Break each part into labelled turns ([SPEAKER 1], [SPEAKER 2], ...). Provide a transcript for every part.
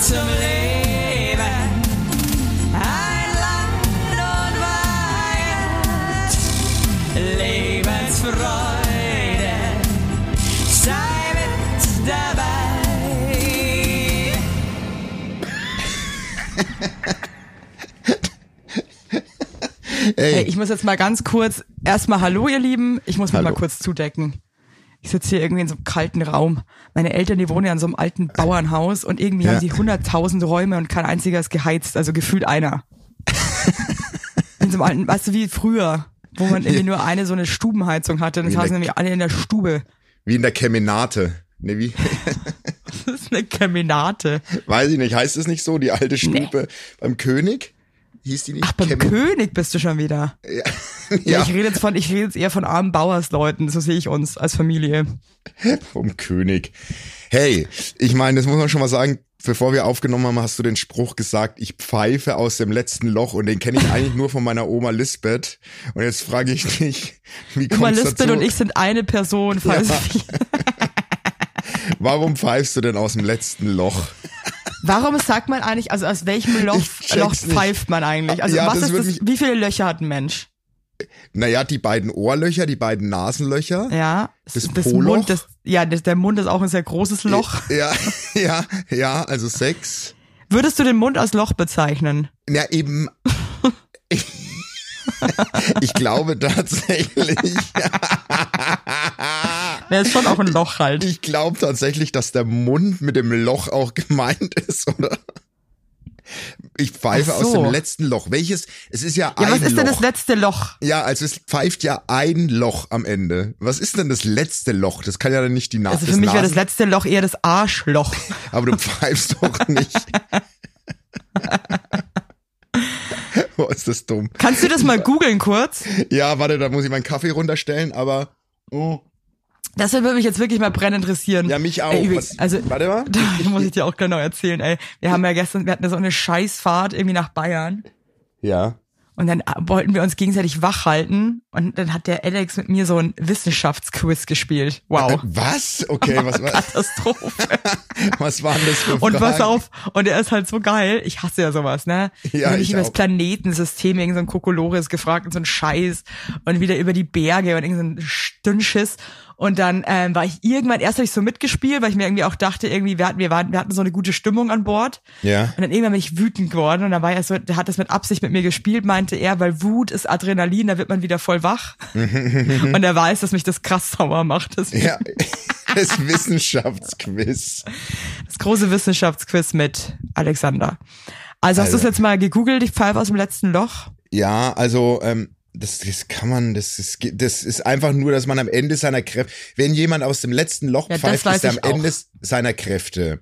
[SPEAKER 1] zum Leben. Ein Land und Weihend, Lebensfreude, sei mit dabei.
[SPEAKER 2] Ey,
[SPEAKER 3] Hey, ich muss jetzt mal ganz kurz, erstmal hallo ihr Lieben, ich muss mich
[SPEAKER 2] Hallo.
[SPEAKER 3] mal kurz zudecken. Ich sitze hier irgendwie in so einem kalten Raum. Meine Eltern, die wohnen ja in so einem alten Bauernhaus und irgendwie
[SPEAKER 2] Ja.
[SPEAKER 3] haben sie hunderttausend Räume und kein einziger ist geheizt, also gefühlt einer. in so einem alten, weißt du, wie früher, wo man irgendwie nur eine so eine Stubenheizung hatte und
[SPEAKER 2] Wie
[SPEAKER 3] es saßen
[SPEAKER 2] leck.
[SPEAKER 3] nämlich alle in der Stube.
[SPEAKER 2] wie in der Kemenate. Ne, wie?
[SPEAKER 3] Das ist eine Keminate.
[SPEAKER 2] Weiß ich nicht, heißt es nicht so, die alte Stube beim König? Hieß die nicht?
[SPEAKER 3] Ach, beim
[SPEAKER 2] Kemen-
[SPEAKER 3] König bist du schon wieder. Ja,
[SPEAKER 2] ja,
[SPEAKER 3] Ich rede jetzt von, ich rede jetzt eher von armen Bauersleuten, so sehe ich uns als Familie.
[SPEAKER 2] vom König. Hey, ich meine, das muss man schon mal sagen, bevor wir aufgenommen haben, hast du den Spruch gesagt, ich pfeife aus dem letzten Loch und den kenne ich eigentlich nur von meiner Oma Lisbeth. Und jetzt frage ich dich, wie
[SPEAKER 3] Oma
[SPEAKER 2] kommst du
[SPEAKER 3] Lisbeth
[SPEAKER 2] dazu?
[SPEAKER 3] und ich sind eine Person, falls
[SPEAKER 2] Ja.
[SPEAKER 3] ich
[SPEAKER 2] Warum pfeifst du denn aus dem letzten Loch?
[SPEAKER 3] Warum sagt man eigentlich, also aus welchem Loch,
[SPEAKER 2] Ich check's
[SPEAKER 3] Loch
[SPEAKER 2] nicht.
[SPEAKER 3] pfeift man eigentlich? Also
[SPEAKER 2] Ja,
[SPEAKER 3] was
[SPEAKER 2] das
[SPEAKER 3] ist
[SPEAKER 2] würd
[SPEAKER 3] das,
[SPEAKER 2] mich-
[SPEAKER 3] wie viele Löcher hat ein Mensch?
[SPEAKER 2] Naja, die beiden Ohrlöcher, die beiden Nasenlöcher.
[SPEAKER 3] Ja,
[SPEAKER 2] Das Poloch?
[SPEAKER 3] Mund, das, ja, das, der Mund ist auch ein sehr großes Loch.
[SPEAKER 2] Ja, ja, ja, also sechs.
[SPEAKER 3] Würdest du den Mund als Loch bezeichnen?
[SPEAKER 2] Na eben. ich glaube tatsächlich,
[SPEAKER 3] Der ist schon auch ein Loch halt.
[SPEAKER 2] ich glaube tatsächlich, dass der Mund mit dem Loch auch gemeint ist, oder? Ich pfeife
[SPEAKER 3] Ach
[SPEAKER 2] aus
[SPEAKER 3] so.
[SPEAKER 2] dem letzten Loch. Welches? Es ist ja,
[SPEAKER 3] Ja,
[SPEAKER 2] ein
[SPEAKER 3] was ist
[SPEAKER 2] Loch.
[SPEAKER 3] denn das letzte Loch?
[SPEAKER 2] ja, also es pfeift ja ein Loch am Ende. Was ist denn das letzte Loch? Das kann ja dann nicht die Nase.
[SPEAKER 3] Also für mich wäre das
[SPEAKER 2] Nasen-
[SPEAKER 3] letzte Loch eher das Arschloch.
[SPEAKER 2] Aber du pfeifst doch nicht. Boah, ist das dumm.
[SPEAKER 3] Kannst du das mal googeln kurz?
[SPEAKER 2] Ja, warte, da muss ich meinen Kaffee runterstellen, aber. Oh.
[SPEAKER 3] Das würde mich jetzt wirklich mal brennend interessieren.
[SPEAKER 2] Ja, mich auch.
[SPEAKER 3] Ey,
[SPEAKER 2] Was-
[SPEAKER 3] übrigens, also,
[SPEAKER 2] warte mal.
[SPEAKER 3] da muss ich dir auch genau erzählen, ey. Wir haben ja gestern, wir hatten ja so eine Scheißfahrt irgendwie nach Bayern.
[SPEAKER 2] Ja.
[SPEAKER 3] Und dann äh, wollten wir uns gegenseitig wach halten. Und dann hat der Alex mit mir so ein Wissenschaftsquiz gespielt.
[SPEAKER 2] Äh,
[SPEAKER 3] Wow.
[SPEAKER 2] was? Okay, was, war,
[SPEAKER 3] Katastrophe.
[SPEAKER 2] was waren das für
[SPEAKER 3] Und pass
[SPEAKER 2] Fragen?
[SPEAKER 3] auf, und er ist halt so geil. Ich hasse ja sowas, ne?
[SPEAKER 2] Ja,
[SPEAKER 3] Dann hab
[SPEAKER 2] ich
[SPEAKER 3] ich über das
[SPEAKER 2] auch.
[SPEAKER 3] Planetensystem irgend so ein Kokolores gefragt und so ein Scheiß und wieder über die Berge und irgend so ein Dünnschiss. Und dann ähm, war ich irgendwann erst hab ich so mitgespielt, weil ich mir irgendwie auch dachte, irgendwie wir hatten wir, waren, wir hatten so eine gute Stimmung an Bord.
[SPEAKER 2] Ja.
[SPEAKER 3] Und dann irgendwann bin ich wütend geworden und dann war er so, der hat das mit Absicht mit mir gespielt, meinte er, weil Wut ist Adrenalin, da wird man wieder voll wach. und er weiß, dass mich das krass sauer macht. Das,
[SPEAKER 2] Ja. Das Wissenschaftsquiz.
[SPEAKER 3] das große Wissenschaftsquiz mit Alexander. Also hast du es
[SPEAKER 2] Alter.
[SPEAKER 3] jetzt mal gegoogelt, ich pfeife aus dem letzten Loch?
[SPEAKER 2] Ja, also ähm, das, das kann man, das ist, das ist einfach nur, dass man am Ende seiner Kräfte, wenn jemand aus dem letzten Loch
[SPEAKER 3] Ja, das
[SPEAKER 2] pfeift,
[SPEAKER 3] weiß
[SPEAKER 2] ist er am
[SPEAKER 3] ich auch.
[SPEAKER 2] Ende seiner Kräfte.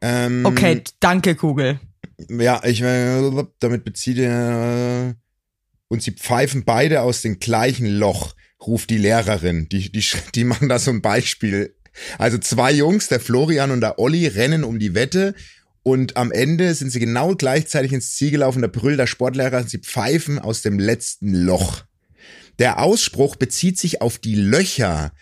[SPEAKER 2] Ähm,
[SPEAKER 3] Okay, danke Google.
[SPEAKER 2] Ja, ich äh, damit bezieht er. Und sie pfeifen beide aus dem gleichen Loch, ruft die Lehrerin. Die, die, sch- die machen da so ein Beispiel. Also zwei Jungs, der Florian und der Olli, rennen um die Wette. Und am Ende sind sie genau gleichzeitig ins Ziel gelaufen. Der Brüll der Sportlehrer, sie pfeifen aus dem letzten Loch. Der Ausspruch bezieht sich auf die Löcher.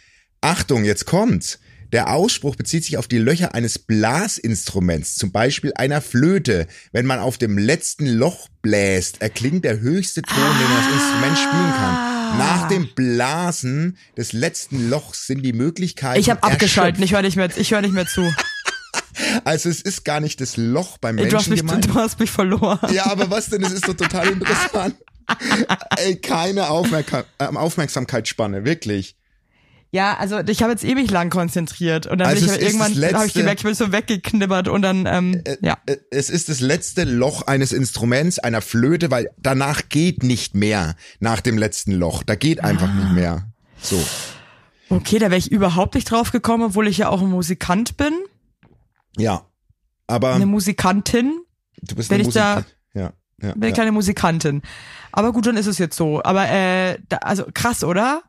[SPEAKER 2] Achtung, jetzt kommt's. Der Ausspruch bezieht sich auf die Löcher eines Blasinstruments, zum Beispiel einer Flöte. Wenn man auf dem letzten Loch bläst, erklingt der höchste Ton, den das Instrument spielen
[SPEAKER 3] Ah.
[SPEAKER 2] kann. Nach dem Blasen des letzten Lochs sind die Möglichkeiten.
[SPEAKER 3] Ich habe abgeschalten, ich höre nicht mehr, ich höre nicht mehr zu.
[SPEAKER 2] erschöpft. Also es ist gar nicht das Loch beim
[SPEAKER 3] Ey,
[SPEAKER 2] Menschen
[SPEAKER 3] du, hast mich,
[SPEAKER 2] gemeint.
[SPEAKER 3] du hast mich verloren.
[SPEAKER 2] Ja, aber was denn? Es ist doch total interessant. Ey, keine Aufmerka äh, Aufmerksamkeitsspanne, wirklich.
[SPEAKER 3] Ja, also ich habe jetzt ewig lang konzentriert und dann
[SPEAKER 2] Also
[SPEAKER 3] bin ich
[SPEAKER 2] es
[SPEAKER 3] aber
[SPEAKER 2] ist das
[SPEAKER 3] irgendwann habe ich
[SPEAKER 2] letzte-
[SPEAKER 3] gemerkt, ich bin so weggeknibbert und dann ähm, ja.
[SPEAKER 2] Äh, Es ist das letzte Loch eines Instruments, einer Flöte, weil danach geht nicht mehr nach dem letzten Loch. Da geht einfach nicht mehr. So.
[SPEAKER 3] Okay, da wäre ich überhaupt nicht drauf gekommen, obwohl ich ja auch ein Musikant bin,
[SPEAKER 2] Ja. Aber
[SPEAKER 3] eine Musikantin,
[SPEAKER 2] du bist
[SPEAKER 3] wenn
[SPEAKER 2] eine
[SPEAKER 3] ich da-
[SPEAKER 2] Musik- ja. Ja,
[SPEAKER 3] bin eine
[SPEAKER 2] ja.
[SPEAKER 3] kleine Musikantin. Aber gut, dann ist es jetzt so. Aber äh, da, also krass, oder?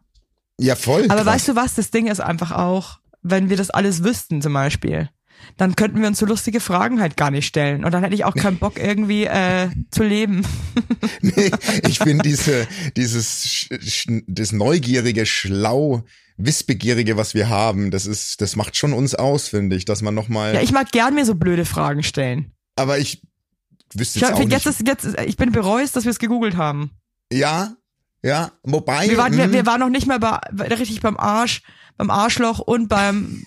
[SPEAKER 2] ja, voll.
[SPEAKER 3] Aber
[SPEAKER 2] krass.
[SPEAKER 3] weißt du was? Das Ding ist einfach auch, wenn wir das alles wüssten zum Beispiel, dann könnten wir uns so lustige Fragen halt gar nicht stellen und dann hätte ich auch keinen Bock irgendwie äh, zu leben.
[SPEAKER 2] Nee, ich bin diese, dieses, sch- sch- das neugierige, schlau, wissbegierige, was wir haben. Das ist, das macht schon uns aus, finde ich, dass man nochmal.
[SPEAKER 3] Ja, ich mag gern mir so blöde Fragen stellen.
[SPEAKER 2] aber ich wüsste
[SPEAKER 3] Ich,
[SPEAKER 2] jetzt
[SPEAKER 3] glaub,
[SPEAKER 2] auch nicht.
[SPEAKER 3] jetzt ist, jetzt ist, ich bin bereust, dass wir es gegoogelt haben.
[SPEAKER 2] ja, ja, wobei.
[SPEAKER 3] Wir waren,
[SPEAKER 2] hm,
[SPEAKER 3] wir, wir waren noch nicht mal bei, bei- richtig beim Arsch, beim Arschloch und beim,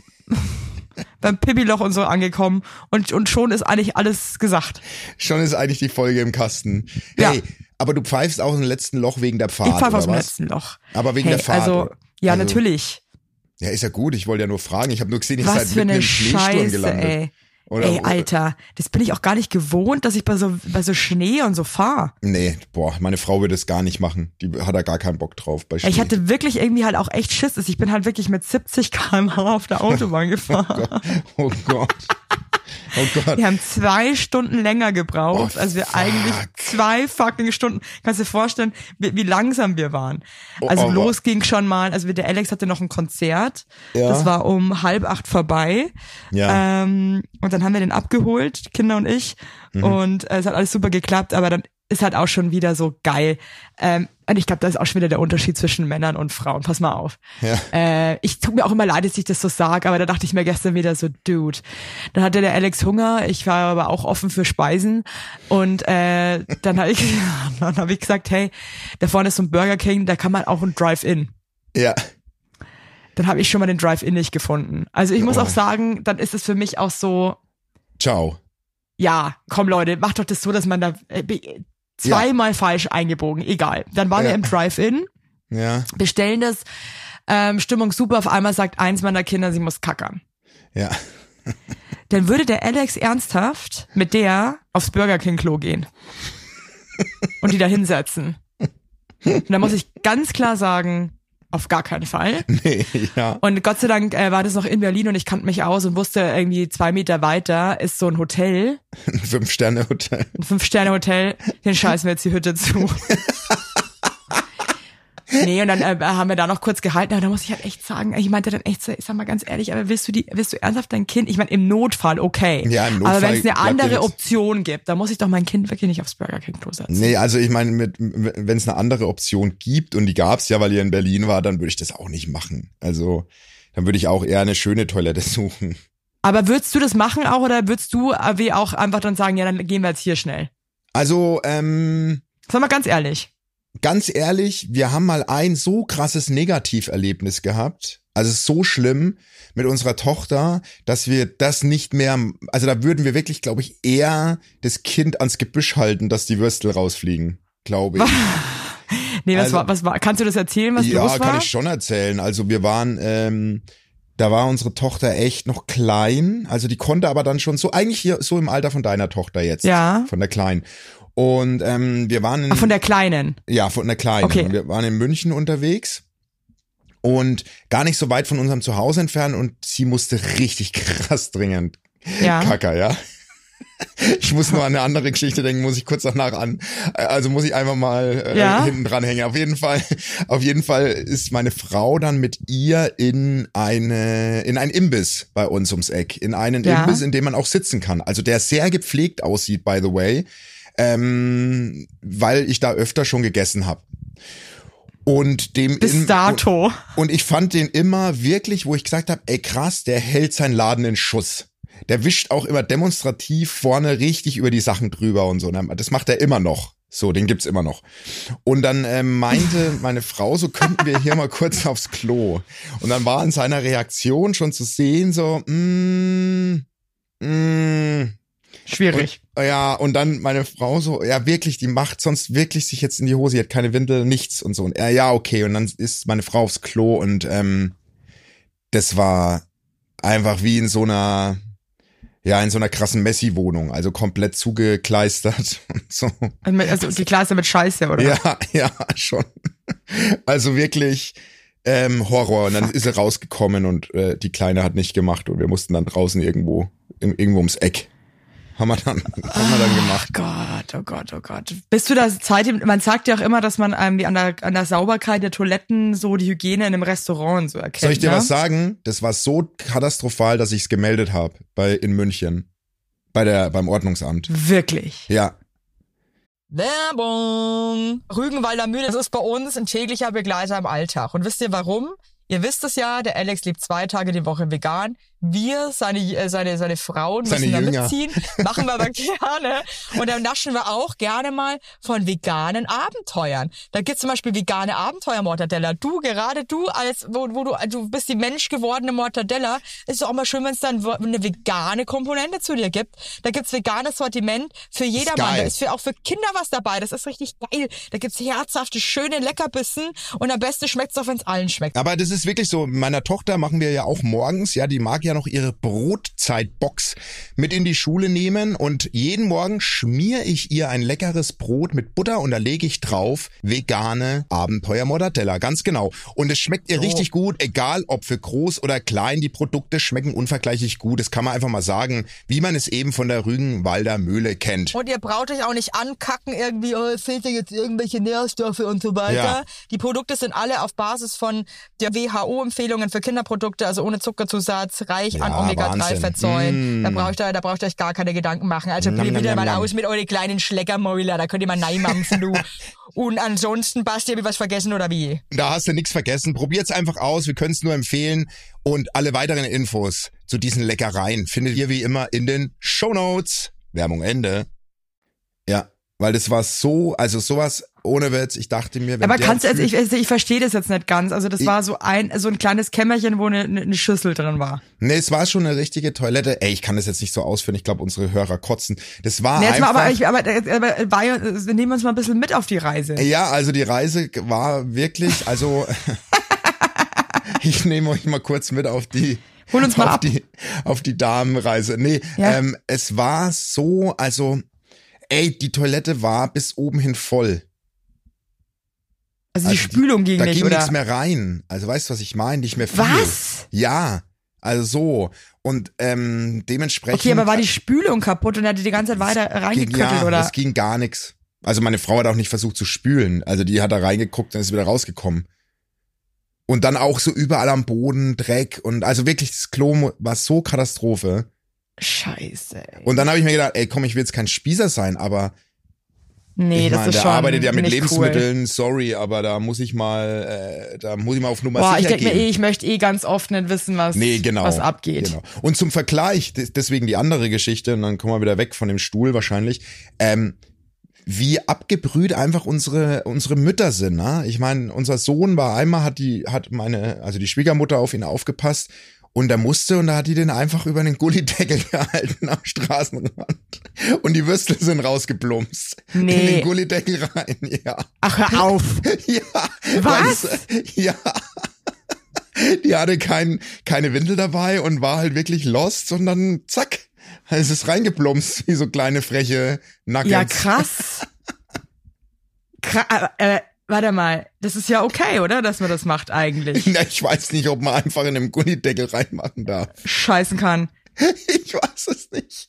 [SPEAKER 3] beim Pippiloch und so angekommen. Und, und schon ist eigentlich alles gesagt.
[SPEAKER 2] schon ist eigentlich die Folge im Kasten.
[SPEAKER 3] Ja.
[SPEAKER 2] Hey, aber du pfeifst auch im letzten Loch wegen der Fahrt.
[SPEAKER 3] ich pfeife
[SPEAKER 2] oder
[SPEAKER 3] aus dem
[SPEAKER 2] was?
[SPEAKER 3] letzten Loch.
[SPEAKER 2] Aber wegen
[SPEAKER 3] hey,
[SPEAKER 2] der Fahrt.
[SPEAKER 3] Also,
[SPEAKER 2] oder?
[SPEAKER 3] ja,
[SPEAKER 2] Also,
[SPEAKER 3] natürlich.
[SPEAKER 2] Ja, ist ja gut. Ich wollte ja nur fragen. Ich habe nur gesehen, ihr seid
[SPEAKER 3] Was für
[SPEAKER 2] mitten
[SPEAKER 3] eine
[SPEAKER 2] im Schneesturm
[SPEAKER 3] Scheiße,
[SPEAKER 2] gelandet.
[SPEAKER 3] ey.
[SPEAKER 2] Oder-
[SPEAKER 3] ey, Alter, das bin ich auch gar nicht gewohnt, dass ich bei so, bei so Schnee und so fahre.
[SPEAKER 2] Nee, boah, meine Frau würde das gar nicht machen. Die hat da gar keinen Bock drauf. Bei Schnee.
[SPEAKER 3] Ich hatte wirklich irgendwie halt auch echt Schiss. Ich bin halt wirklich mit 70 km/h auf der Autobahn gefahren.
[SPEAKER 2] Oh Gott. Oh Gott.
[SPEAKER 3] Wir haben zwei Stunden länger gebraucht,
[SPEAKER 2] Oh,
[SPEAKER 3] als wir eigentlich
[SPEAKER 2] fuck.
[SPEAKER 3] zwei fucking Stunden. Kannst du dir vorstellen, wie, wie langsam wir waren? Also
[SPEAKER 2] oh,
[SPEAKER 3] los ging schon mal. Also der Alex hatte noch ein Konzert.
[SPEAKER 2] Ja.
[SPEAKER 3] Das war um halb acht vorbei.
[SPEAKER 2] Ja.
[SPEAKER 3] Ähm, und dann haben wir den abgeholt, die Kinder und ich.
[SPEAKER 2] Mhm.
[SPEAKER 3] Und äh, es hat alles super geklappt, aber dann ist halt auch schon wieder so geil. Ähm, und ich glaube, da ist auch schon wieder der Unterschied zwischen Männern und Frauen. Pass mal auf.
[SPEAKER 2] Ja.
[SPEAKER 3] Äh, ich tut mir auch immer leid, dass ich das so sage, aber da dachte ich mir gestern wieder so, Dude. Dann hatte der Alex Hunger, ich war aber auch offen für Speisen. Und äh, dann habe ich, dann hab ich gesagt, hey, da vorne ist so ein Burger King, da kann man auch ein Drive-In
[SPEAKER 2] ja.
[SPEAKER 3] dann habe ich schon mal den Drive-In nicht gefunden. Also ich muss
[SPEAKER 2] Oh.
[SPEAKER 3] auch sagen, dann ist es für mich auch so,
[SPEAKER 2] Ciao.
[SPEAKER 3] ja, komm Leute, macht doch das so, dass man da äh, be- zweimal falsch eingebogen, egal. Dann waren
[SPEAKER 2] Ja.
[SPEAKER 3] wir im Drive-In,
[SPEAKER 2] Ja.
[SPEAKER 3] bestellen das, ähm, Stimmung super, auf einmal sagt eins meiner Kinder, sie muss kackern.
[SPEAKER 2] Ja.
[SPEAKER 3] Dann würde der Alex ernsthaft mit der aufs Burger King Klo gehen und die da hinsetzen. Und da muss ich ganz klar sagen, auf gar keinen Fall.
[SPEAKER 2] Nee, ja.
[SPEAKER 3] Und Gott sei Dank äh, war das noch in Berlin und ich kannte mich aus und wusste irgendwie zwei Meter weiter ist so ein Hotel,
[SPEAKER 2] Ein Fünf-Sterne-Hotel.
[SPEAKER 3] ein Fünf-Sterne-Hotel, den scheißen wir jetzt die Hütte zu. Nee, und dann äh, haben wir da noch kurz gehalten, aber da muss ich halt echt sagen, ich meinte dann echt so, ich sag mal ganz ehrlich, aber willst du die, willst du ernsthaft dein Kind, ich meine im Notfall, okay.
[SPEAKER 2] Ja, im
[SPEAKER 3] aber
[SPEAKER 2] Notfall
[SPEAKER 3] wenn es eine
[SPEAKER 2] bleibt dir
[SPEAKER 3] andere
[SPEAKER 2] nichts.
[SPEAKER 3] Option gibt, dann muss ich doch mein Kind wirklich nicht aufs Burger King Klo setzen.
[SPEAKER 2] Nee, also ich meine, wenn es eine andere Option gibt und die gab es ja, weil ihr in Berlin war, dann würde ich das auch nicht machen. Also dann würde ich auch eher eine schöne Toilette suchen.
[SPEAKER 3] Aber würdest du das machen auch oder würdest du äh, wie auch einfach dann sagen, ja, dann gehen wir jetzt hier schnell?
[SPEAKER 2] Also, ähm,
[SPEAKER 3] Sag mal ganz ehrlich.
[SPEAKER 2] ganz ehrlich, wir haben mal ein so krasses Negativerlebnis gehabt. Also es ist so schlimm mit unserer Tochter, dass wir das nicht mehr, also da würden wir wirklich, glaube ich, eher das Kind ans Gebüsch halten, dass die Würstel rausfliegen, glaube ich.
[SPEAKER 3] Nee, was
[SPEAKER 2] Also-
[SPEAKER 3] war, was war, kannst du das erzählen, was
[SPEAKER 2] ja,
[SPEAKER 3] los war?
[SPEAKER 2] kann ich schon erzählen. Also wir waren, ähm, da war unsere Tochter echt noch klein. Also die konnte aber dann schon so, eigentlich hier, so im Alter von deiner Tochter jetzt.
[SPEAKER 3] Ja.
[SPEAKER 2] Von der Kleinen. Und ähm, wir waren in,
[SPEAKER 3] Ach, von der Kleinen.
[SPEAKER 2] ja, von der Kleinen.
[SPEAKER 3] Okay.
[SPEAKER 2] Und Wir waren in München unterwegs und gar nicht so weit von unserem Zuhause entfernt und sie musste richtig krass dringend
[SPEAKER 3] Ja.
[SPEAKER 2] Kacker, ja. Ich muss nur an eine andere Geschichte denken, muss ich kurz danach an. Also muss ich einfach mal äh,
[SPEAKER 3] Ja.
[SPEAKER 2] hinten dran hängen. Auf jeden Fall, auf jeden Fall ist meine Frau dann mit ihr in eine, in einen Imbiss bei uns ums Eck. In einen
[SPEAKER 3] Ja.
[SPEAKER 2] Imbiss, in dem man auch sitzen kann. Also der sehr gepflegt aussieht, by the way. Ähm, weil ich da öfter schon gegessen habe. Und dem
[SPEAKER 3] Bis
[SPEAKER 2] Im-
[SPEAKER 3] dato.
[SPEAKER 2] und ich fand den immer wirklich, wo ich gesagt habe, ey krass, der hält seinen Laden in Schuss. Der wischt auch immer demonstrativ vorne richtig über die Sachen drüber und so. ne? Das macht er immer noch. So, den gibt's immer noch. Und dann ähm, meinte meine Frau, so könnten wir hier mal kurz aufs Klo. Und dann war in seiner Reaktion schon zu sehen, so, mm, mm,
[SPEAKER 3] Schwierig.
[SPEAKER 2] ja, und dann meine Frau so, ja wirklich, die macht sonst wirklich sich jetzt in die Hose, die hat keine Windel, nichts und so. Und er, ja, okay. Und dann ist meine Frau aufs Klo und ähm, das war einfach wie in so einer, ja, in so einer krassen Messi-Wohnung, also komplett zugekleistert und so.
[SPEAKER 3] Also, also die Klasse mit Scheiße, oder?
[SPEAKER 2] Ja, ja, schon. Also wirklich ähm, Horror. Und dann ist er rausgekommen und äh, die Kleine hat nicht gemacht und wir mussten dann draußen irgendwo, in, irgendwo ums Eck. Haben wir dann, haben wir dann gemacht.
[SPEAKER 3] Ach Gott, oh Gott, oh Gott. Bist du da Zeit, man sagt ja auch immer, dass man ähm, die an, der, an der Sauberkeit der Toiletten so die Hygiene in einem Restaurant und so erkennt.
[SPEAKER 2] Soll ich dir
[SPEAKER 3] ne?
[SPEAKER 2] was sagen? Das war so katastrophal, dass ich es gemeldet habe bei in München bei der beim Ordnungsamt.
[SPEAKER 3] Wirklich.
[SPEAKER 2] Ja,
[SPEAKER 3] Werbung. Rügenwalder Mühle, das ist bei uns ein täglicher Begleiter im Alltag. Und wisst ihr warum? Ihr wisst es ja, der Alex lebt zwei Tage die Woche vegan. Wir, seine, äh, seine, seine Frauen
[SPEAKER 2] Seine
[SPEAKER 3] müssen da
[SPEAKER 2] Jünger.
[SPEAKER 3] mitziehen. Machen wir aber gerne. Und dann naschen wir auch gerne mal von veganen Abenteuern. Da gibt's zum Beispiel vegane Abenteuer-Mortadella. Du, gerade du, als wo, wo du, du bist die Mensch gewordene Mortadella, ist doch auch mal schön, wenn es dann wo- eine vegane Komponente zu dir gibt. Da gibt's veganes Sortiment für jedermann. Da
[SPEAKER 2] geil.
[SPEAKER 3] ist für, auch für Kinder was dabei. Das ist richtig geil. Da gibt's herzhafte, schöne Leckerbissen. Und am besten schmeckt's doch, wenn's allen schmeckt.
[SPEAKER 2] Aber das ist wirklich so, mit meiner Tochter machen wir ja auch morgens, ja, die mag ja noch ihre Brotzeitbox mit in die Schule nehmen und jeden Morgen schmier ich ihr ein leckeres Brot mit Butter und da lege ich drauf vegane Abenteuer Mortadella, ganz genau. Und es schmeckt ihr richtig gut, egal ob für groß oder klein, die Produkte schmecken unvergleichlich gut, das kann man einfach mal sagen, wie man es eben von der Rügenwalder Mühle kennt.
[SPEAKER 3] Und ihr braucht euch auch nicht ankacken irgendwie, oh, es fehlt dir jetzt irgendwelche Nährstoffe und so weiter.
[SPEAKER 2] Ja.
[SPEAKER 3] Die Produkte sind alle auf Basis von der WHO-Empfehlungen für Kinderprodukte, also ohne Zuckerzusatz, reich an
[SPEAKER 2] Ja, Wahnsinn. Mm.
[SPEAKER 3] Omega-3-Fettsäuren. Da braucht ihr, da braucht ihr euch gar keine Gedanken machen. Also
[SPEAKER 2] Nam,
[SPEAKER 3] probiert
[SPEAKER 2] nam,
[SPEAKER 3] ihr
[SPEAKER 2] nam,
[SPEAKER 3] mal
[SPEAKER 2] nam.
[SPEAKER 3] aus mit euren kleinen Schleckermäuler, da könnt ihr mal neimampfen, du. Und ansonsten, Basti, hab ich was vergessen oder wie?
[SPEAKER 2] Da hast du nichts vergessen. Probiert's einfach aus. Wir können es nur empfehlen. Und alle weiteren Infos zu diesen Leckereien findet ihr wie immer in den Shownotes. Werbung Ende. Ja, weil das war so, also sowas ohne Witz. Ich dachte mir, wenn
[SPEAKER 3] Aber
[SPEAKER 2] der
[SPEAKER 3] kannst du, also
[SPEAKER 2] Typ-
[SPEAKER 3] ich, also ich verstehe das jetzt nicht ganz. Also das war so ein, so ein kleines Kämmerchen, wo eine, eine Schüssel drin war.
[SPEAKER 2] Nee, es war schon eine richtige Toilette. Ey, ich kann das jetzt nicht so ausführen. Ich glaube, unsere Hörer kotzen. Das war
[SPEAKER 3] Nee, jetzt mal,
[SPEAKER 2] einfach...
[SPEAKER 3] aber, ich, aber, aber, aber nehmen wir uns mal ein bisschen mit auf die Reise.
[SPEAKER 2] Ja, also die Reise war wirklich, also ich nehme euch mal kurz mit auf die
[SPEAKER 3] Hol uns mal
[SPEAKER 2] auf
[SPEAKER 3] ab.
[SPEAKER 2] die auf die Damenreise. Nee,
[SPEAKER 3] Ja.
[SPEAKER 2] ähm, es war so, also ey, die Toilette war bis oben hin voll.
[SPEAKER 3] Also
[SPEAKER 2] Also
[SPEAKER 3] die
[SPEAKER 2] die-
[SPEAKER 3] Spülung ging
[SPEAKER 2] Da
[SPEAKER 3] nicht,
[SPEAKER 2] ging
[SPEAKER 3] oder?
[SPEAKER 2] nichts mehr rein. Also weißt du, was ich meine? Nicht mehr viel.
[SPEAKER 3] Was?
[SPEAKER 2] Ja, also so und ähm, dementsprechend.
[SPEAKER 3] Okay, aber war die Spülung kaputt und er hat die die ganze Zeit weiter
[SPEAKER 2] ging,
[SPEAKER 3] reingekrittelt,
[SPEAKER 2] ja,
[SPEAKER 3] oder?
[SPEAKER 2] es ging gar nichts. Also meine Frau hat auch nicht versucht zu spülen. Also die hat da reingeguckt und ist wieder rausgekommen. Und dann auch so überall am Boden Dreck und also wirklich das Klo mu- war so Katastrophe.
[SPEAKER 3] Scheiße. Ey.
[SPEAKER 2] Und dann habe ich mir gedacht, ey, komm, ich will jetzt kein Spießer sein, aber
[SPEAKER 3] Nee,
[SPEAKER 2] ich
[SPEAKER 3] das
[SPEAKER 2] meine,
[SPEAKER 3] ist
[SPEAKER 2] der
[SPEAKER 3] schon
[SPEAKER 2] arbeitet ja mit
[SPEAKER 3] nicht Cool.
[SPEAKER 2] Lebensmitteln, sorry, aber da muss ich mal, äh, da muss ich mal auf Nummer
[SPEAKER 3] Boah, ich
[SPEAKER 2] sicher
[SPEAKER 3] denke mir
[SPEAKER 2] gehen.
[SPEAKER 3] eh, ich möchte eh ganz oft nicht wissen, was,
[SPEAKER 2] Nee, genau.
[SPEAKER 3] was abgeht.
[SPEAKER 2] Genau. Und zum Vergleich, des- deswegen die andere Geschichte, und dann kommen wir wieder weg von dem Stuhl wahrscheinlich, ähm, wie abgebrüht einfach unsere, unsere Mütter sind. Ne? Ich meine, unser Sohn war einmal, hat die, hat meine, also die Schwiegermutter auf ihn aufgepasst und er musste und da hat die den einfach über den Gullideckel gehalten am Straßenrand. Und die Würstel sind rausgeplumpst. In
[SPEAKER 3] Nee.
[SPEAKER 2] den Gullideckel rein, ja.
[SPEAKER 3] Ach, hör auf.
[SPEAKER 2] Ja.
[SPEAKER 3] Was?
[SPEAKER 2] weil es- ja. Die hatte kein, keine Windel dabei und war halt wirklich lost und dann zack, es ist reingeplumpt, wie so kleine freche Nuggets.
[SPEAKER 3] ja, krass. Kra äh, äh, warte mal, das ist ja okay, oder? Dass man das macht eigentlich.
[SPEAKER 2] Na, ich weiß nicht, ob man einfach in einem Gullideckel reinmachen darf.
[SPEAKER 3] Scheißen kann.
[SPEAKER 2] Ich weiß es nicht.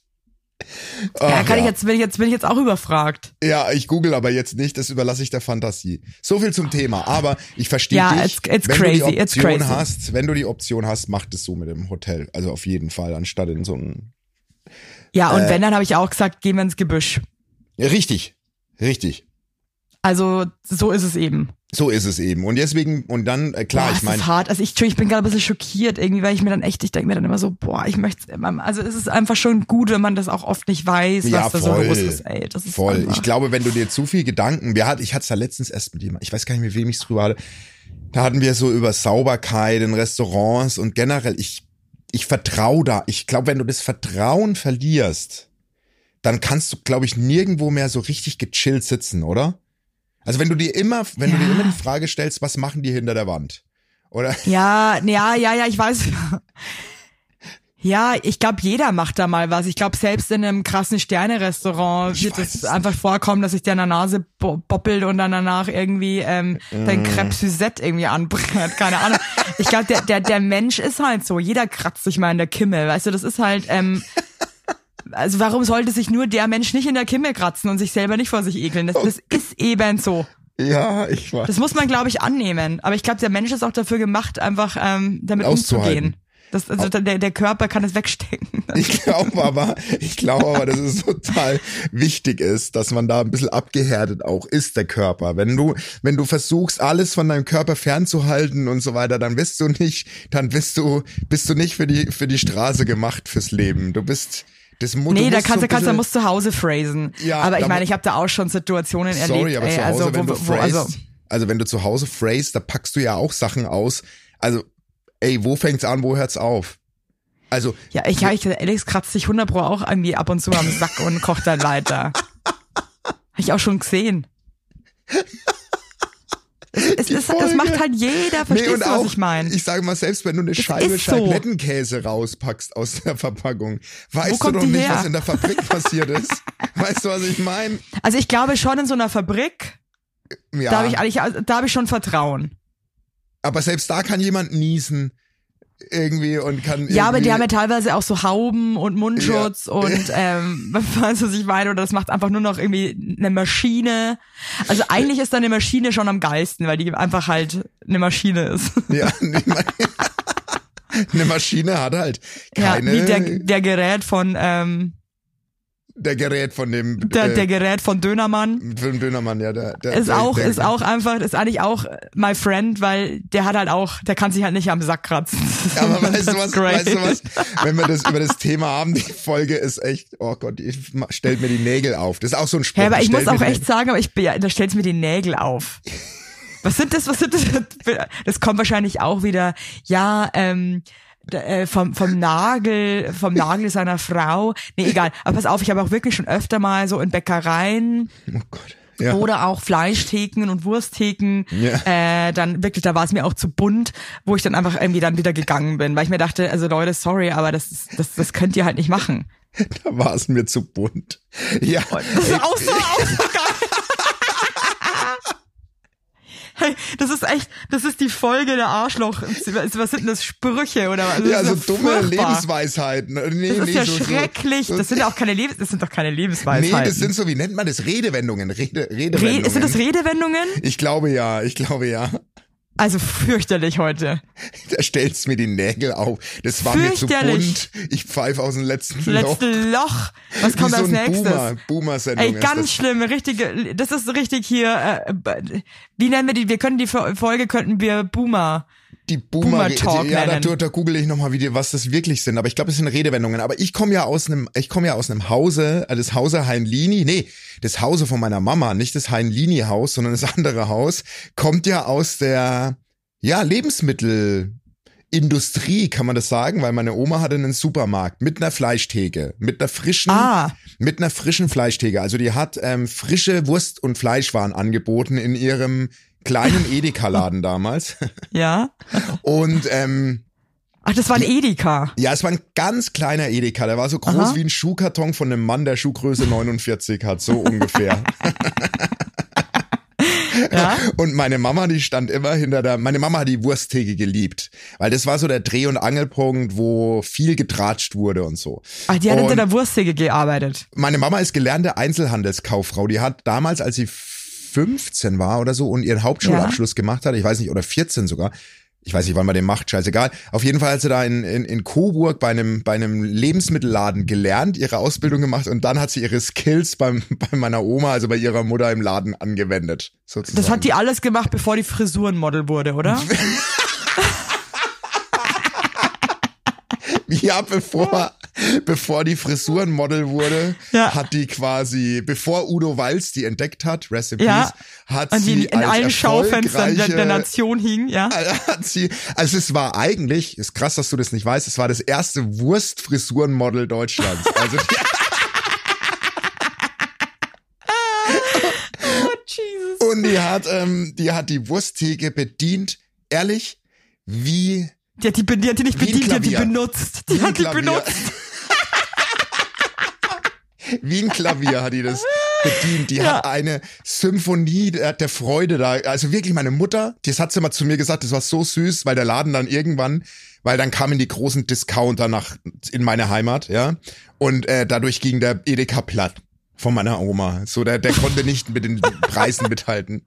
[SPEAKER 3] Ja,
[SPEAKER 2] Ach ja.
[SPEAKER 3] kann ich jetzt, bin ich jetzt, bin ich jetzt auch überfragt.
[SPEAKER 2] ja, ich google aber jetzt nicht, das überlasse ich der Fantasie. So viel zum Thema, aber ich verstehe
[SPEAKER 3] Ja,
[SPEAKER 2] dich.
[SPEAKER 3] it's- it's
[SPEAKER 2] wenn du die
[SPEAKER 3] crazy, it's
[SPEAKER 2] Option
[SPEAKER 3] crazy.
[SPEAKER 2] hast, wenn du die Option hast, mach das so mit dem Hotel. Also auf jeden Fall, anstatt in so einem
[SPEAKER 3] Ja, und
[SPEAKER 2] Äh.
[SPEAKER 3] wenn, dann habe ich auch gesagt, gehen wir ins Gebüsch.
[SPEAKER 2] Ja, richtig. Richtig.
[SPEAKER 3] Also, so ist es eben.
[SPEAKER 2] So ist es eben. Und deswegen, und dann, äh, klar,
[SPEAKER 3] boah,
[SPEAKER 2] ich meine,
[SPEAKER 3] Es ist hart. Also ich, ich bin gerade ein bisschen schockiert irgendwie, weil ich mir dann echt, ich denke mir dann immer so, boah, ich möchte Also es ist einfach schon gut, wenn man das auch oft nicht weiß, was
[SPEAKER 2] Ja,
[SPEAKER 3] da so
[SPEAKER 2] voll.
[SPEAKER 3] los ist. Ey, das ist
[SPEAKER 2] voll.
[SPEAKER 3] einfach-
[SPEAKER 2] Ich glaube, wenn du dir zu viel Gedanken, wir hat, ich hatte es da letztens erst mit jemandem, ich weiß gar nicht mehr, wem ich es drüber hatte. Da hatten wir so über Sauberkeit in Restaurants und generell, ich, ich vertraue da. Ich glaube, wenn du das Vertrauen verlierst, dann kannst du, glaube ich, nirgendwo mehr so richtig gechillt sitzen, oder? Also wenn du dir immer, wenn du dir
[SPEAKER 3] Ja.
[SPEAKER 2] immer die Frage stellst, was machen die hinter der Wand? Oder?
[SPEAKER 3] Ja, nee, ja, ja, ja, ich weiß. Ja, ich glaube, jeder macht da mal was. Ich glaube, selbst in einem krassen Sterne-Restaurant
[SPEAKER 2] Ich
[SPEAKER 3] wird
[SPEAKER 2] weiß es
[SPEAKER 3] es einfach vorkommen, dass sich der an der Nase bo boppelt und dann danach irgendwie ähm,
[SPEAKER 2] Äh.
[SPEAKER 3] dein Crêpe Suzette irgendwie anbrennt. Keine Ahnung. Ich glaube, der, der, der Mensch ist halt so. Jeder kratzt sich mal in der Kimmel. Weißt du, das ist halt... Ähm, also warum sollte sich nur der Mensch nicht in der Kimmel kratzen und sich selber nicht vor sich ekeln?
[SPEAKER 2] Oh
[SPEAKER 3] Das, das ist eben so.
[SPEAKER 2] Ja, ich weiß.
[SPEAKER 3] Das muss man, glaube ich, annehmen. Aber ich glaube, der Mensch ist auch dafür gemacht, einfach ähm, damit
[SPEAKER 2] auszuhalten.
[SPEAKER 3] umzugehen. Das, also der, der Körper kann es wegstecken.
[SPEAKER 2] Ich glaube aber, ich glaube aber, dass es total wichtig ist, dass man da ein bisschen abgehärtet auch ist, der Körper. Wenn du, wenn du versuchst, alles von deinem Körper fernzuhalten und so weiter, dann bist du nicht, dann bist du, bist du nicht für die, für die Straße gemacht fürs Leben. Du bist, das Mut,
[SPEAKER 3] Nee, da kannst
[SPEAKER 2] so
[SPEAKER 3] du,
[SPEAKER 2] ein
[SPEAKER 3] kannst du,
[SPEAKER 2] bisschen-
[SPEAKER 3] musst zu Hause phrasen.
[SPEAKER 2] Ja,
[SPEAKER 3] aber ich
[SPEAKER 2] da
[SPEAKER 3] meine,
[SPEAKER 2] mu-
[SPEAKER 3] ich habe da auch schon Situationen
[SPEAKER 2] Sorry,
[SPEAKER 3] erlebt.
[SPEAKER 2] aber
[SPEAKER 3] ey,
[SPEAKER 2] zu Hause,
[SPEAKER 3] also,
[SPEAKER 2] wenn
[SPEAKER 3] wo,
[SPEAKER 2] du
[SPEAKER 3] wo,
[SPEAKER 2] phrasest,
[SPEAKER 3] also
[SPEAKER 2] also, wenn du zu Hause phrasest, da packst du ja auch Sachen aus. Also, ey, wo fängt's an, wo hört's auf? Also,
[SPEAKER 3] ja, ich habe ich Alex kratzt sich 100 pro auch irgendwie ab und zu am Sack und kocht dann weiter. Habe ich auch schon gesehen. Es, es,
[SPEAKER 2] Die
[SPEAKER 3] ist- das
[SPEAKER 2] Folge.
[SPEAKER 3] macht halt jeder, verstehst
[SPEAKER 2] und
[SPEAKER 3] du, was ich meine?
[SPEAKER 2] Ich sage mal, selbst wenn du eine Scheibe
[SPEAKER 3] ist so.
[SPEAKER 2] Scheiblettenkäse rauspackst aus der Verpackung, weißt du
[SPEAKER 3] kommt
[SPEAKER 2] doch
[SPEAKER 3] die
[SPEAKER 2] nicht,
[SPEAKER 3] her?
[SPEAKER 2] was in der Fabrik passiert ist. Weißt du, was ich meine?
[SPEAKER 3] Also ich glaube schon in so einer Fabrik,
[SPEAKER 2] Ja,
[SPEAKER 3] da habe ich eigentlich, da habe ich schon Vertrauen.
[SPEAKER 2] aber selbst da kann jemand niesen irgendwie und kann
[SPEAKER 3] Ja, aber
[SPEAKER 2] irgendwie-
[SPEAKER 3] die
[SPEAKER 2] ne-
[SPEAKER 3] haben halt ja teilweise auch so Hauben und Mundschutz und ähm, weißt du, was ich meine? Oder das macht einfach nur noch irgendwie eine Maschine. Also eigentlich ist da eine Maschine schon am geilsten, weil die einfach halt eine Maschine ist.
[SPEAKER 2] ja, nee, mein- eine Maschine hat halt keine
[SPEAKER 3] ja, wie
[SPEAKER 2] der,
[SPEAKER 3] der, der Gerät von ähm,
[SPEAKER 2] Gerät von dem
[SPEAKER 3] der,
[SPEAKER 2] äh,
[SPEAKER 3] der Gerät von Dönermann.
[SPEAKER 2] Für den Dönermann, ja. Der, der,
[SPEAKER 3] Ist
[SPEAKER 2] der,
[SPEAKER 3] auch,
[SPEAKER 2] der,
[SPEAKER 3] ist auch einfach, ist eigentlich auch my friend, weil der hat halt auch, der kann sich halt nicht am Sack kratzen.
[SPEAKER 2] Aber weißt du
[SPEAKER 3] That's
[SPEAKER 2] was,
[SPEAKER 3] great.
[SPEAKER 2] weißt du was, wenn wir das über das Thema haben, die Folge ist echt, oh Gott, die ma- stellt mir die Nägel auf. Das ist auch so ein Spruch.
[SPEAKER 3] Ja, aber ich
[SPEAKER 2] stellt
[SPEAKER 3] muss auch
[SPEAKER 2] mir die
[SPEAKER 3] echt sagen, aber ich bin, ja, da stellt mir die Nägel auf. Was sind das, was sind das? für- Das kommt wahrscheinlich auch wieder, ja, ähm, d- äh, vom, vom Nagel, vom Nagel seiner Frau. Nee, egal. Aber pass auf, ich habe auch wirklich schon öfter mal so in Bäckereien
[SPEAKER 2] Nägel. Oh Gott. Ja.
[SPEAKER 3] oder auch Fleischtheken und Wursttheken,
[SPEAKER 2] Ja.
[SPEAKER 3] äh, dann wirklich, da war es mir auch zu bunt, wo ich dann einfach irgendwie dann wieder gegangen bin, weil ich mir dachte, also Leute, sorry, aber das, ist- das, das könnt ihr halt nicht machen.
[SPEAKER 2] Da war es mir zu bunt. Ja.
[SPEAKER 3] Das ist auch so, auch so geil. Hey, das ist echt, das ist die Folge der Arschloch. Was sind denn das Sprüche oder was? Das
[SPEAKER 2] Ja,
[SPEAKER 3] ist
[SPEAKER 2] so dumme
[SPEAKER 3] furchtbar.
[SPEAKER 2] Lebensweisheiten. Nee,
[SPEAKER 3] Das ist
[SPEAKER 2] nee,
[SPEAKER 3] ja
[SPEAKER 2] so, so-
[SPEAKER 3] schrecklich. Das sind ja auch keine Lebens, das sind doch keine
[SPEAKER 2] Nee,
[SPEAKER 3] Lebensweisheiten.
[SPEAKER 2] das sind so, wie nennt man das? Redewendungen. Rede, Redewendungen.
[SPEAKER 3] Re sind das Redewendungen?
[SPEAKER 2] ich glaube ja, ich glaube ja.
[SPEAKER 3] Also fürchterlich heute.
[SPEAKER 2] Da stellst mir die Nägel auf. Das war mir zu
[SPEAKER 3] Fürchterlich.
[SPEAKER 2] bunt. Ich pfeife aus dem letzten Loch.
[SPEAKER 3] Letzte Loch. Was
[SPEAKER 2] Wie
[SPEAKER 3] kommt
[SPEAKER 2] so
[SPEAKER 3] als
[SPEAKER 2] ein
[SPEAKER 3] nächstes?
[SPEAKER 2] Boomer, Boomer-Sendung.
[SPEAKER 3] Ey,
[SPEAKER 2] ist
[SPEAKER 3] ganz
[SPEAKER 2] das.
[SPEAKER 3] schlimm, richtige, das ist richtig hier, äh, wie nennen wir die, wir können die Folge, könnten wir Boomer.
[SPEAKER 2] die Boomer,
[SPEAKER 3] Boomer-Talk
[SPEAKER 2] ja, da,
[SPEAKER 3] nennen.
[SPEAKER 2] da, da google ich nochmal, wie die, was das wirklich sind. Aber ich glaube, das sind Redewendungen. Aber ich komme ja aus einem, ich komme ja aus einem Hause, äh, das Hause Heinlini, nee, das Hause von meiner Mama, nicht das Heinlini-Haus, sondern das andere Haus, kommt ja aus der, ja, Lebensmittel, Industrie, kann man das sagen, weil meine Oma hatte einen Supermarkt mit einer Fleischtheke, mit einer frischen,
[SPEAKER 3] Ah.
[SPEAKER 2] mit einer frischen Fleischtheke. Also die hat ähm, frische Wurst- und Fleischwaren angeboten in ihrem kleinen Edeka-Laden damals.
[SPEAKER 3] Ja?
[SPEAKER 2] Und ähm,
[SPEAKER 3] Ach, das war ein Edeka.
[SPEAKER 2] ja, es war ein ganz kleiner Edeka. Der war so groß
[SPEAKER 3] Aha.
[SPEAKER 2] wie ein Schuhkarton von einem Mann, der Schuhgröße 49 hat, so ungefähr.
[SPEAKER 3] Ja?
[SPEAKER 2] Und meine Mama, die stand immer hinter der, meine Mama hat die Wursttheke geliebt, weil das war so der Dreh- und Angelpunkt, wo viel getratscht wurde und so.
[SPEAKER 3] Ach, Ah, die hat
[SPEAKER 2] und
[SPEAKER 3] hinter der Wurstsäge gearbeitet.
[SPEAKER 2] meine Mama ist gelernte Einzelhandelskauffrau. Die hat damals, als sie 15 war oder so und ihren Hauptschulabschluss gemacht hat, ich weiß nicht, oder 14 sogar, ich weiß nicht, wann man den macht, scheißegal. Auf jeden Fall hat sie da in, in, in Coburg bei einem, bei einem Lebensmittelladen gelernt, ihre Ausbildung gemacht und dann hat sie ihre Skills beim, bei meiner Oma, also bei ihrer Mutter im Laden angewendet. Sozusagen.
[SPEAKER 3] Das hat die alles gemacht, bevor die Frisurenmodel wurde, oder?
[SPEAKER 2] Ja, bevor, bevor die Frisurenmodel wurde,
[SPEAKER 3] Ja.
[SPEAKER 2] hat die quasi, bevor Udo Walz die entdeckt hat, Recipes,
[SPEAKER 3] Ja.
[SPEAKER 2] hat
[SPEAKER 3] Und
[SPEAKER 2] sie
[SPEAKER 3] die in
[SPEAKER 2] als
[SPEAKER 3] allen Schaufenstern der, der
[SPEAKER 2] erfolgreiche- Ah,
[SPEAKER 3] Nation hing, ja?
[SPEAKER 2] hat sie, also es war eigentlich, ist krass, dass du das nicht weißt, es war das erste Wurstfrisurenmodel Deutschlands. Also die,
[SPEAKER 3] Oh, Jesus.
[SPEAKER 2] und die hat, ähm, die hat die Wursttheke bedient, ehrlich, wie,
[SPEAKER 3] Die hat die, be- die, hat die nicht
[SPEAKER 2] Wie ein
[SPEAKER 3] bedient, die hat die
[SPEAKER 2] Klavier.
[SPEAKER 3] benutzt. Die
[SPEAKER 2] wie ein
[SPEAKER 3] hat die
[SPEAKER 2] Klavier.
[SPEAKER 3] benutzt.
[SPEAKER 2] Wie ein Klavier hat die das bedient. Die hat eine Symphonie der, der Freude da. Also wirklich meine Mutter, das hat sie mal zu mir gesagt, das war so süß, weil der Laden dann irgendwann, weil dann kamen die großen Discounter nach in meine Heimat, ja. Und äh, dadurch ging der Edeka platt. von meiner Oma. So, der, der konnte nicht mit den Preisen mithalten.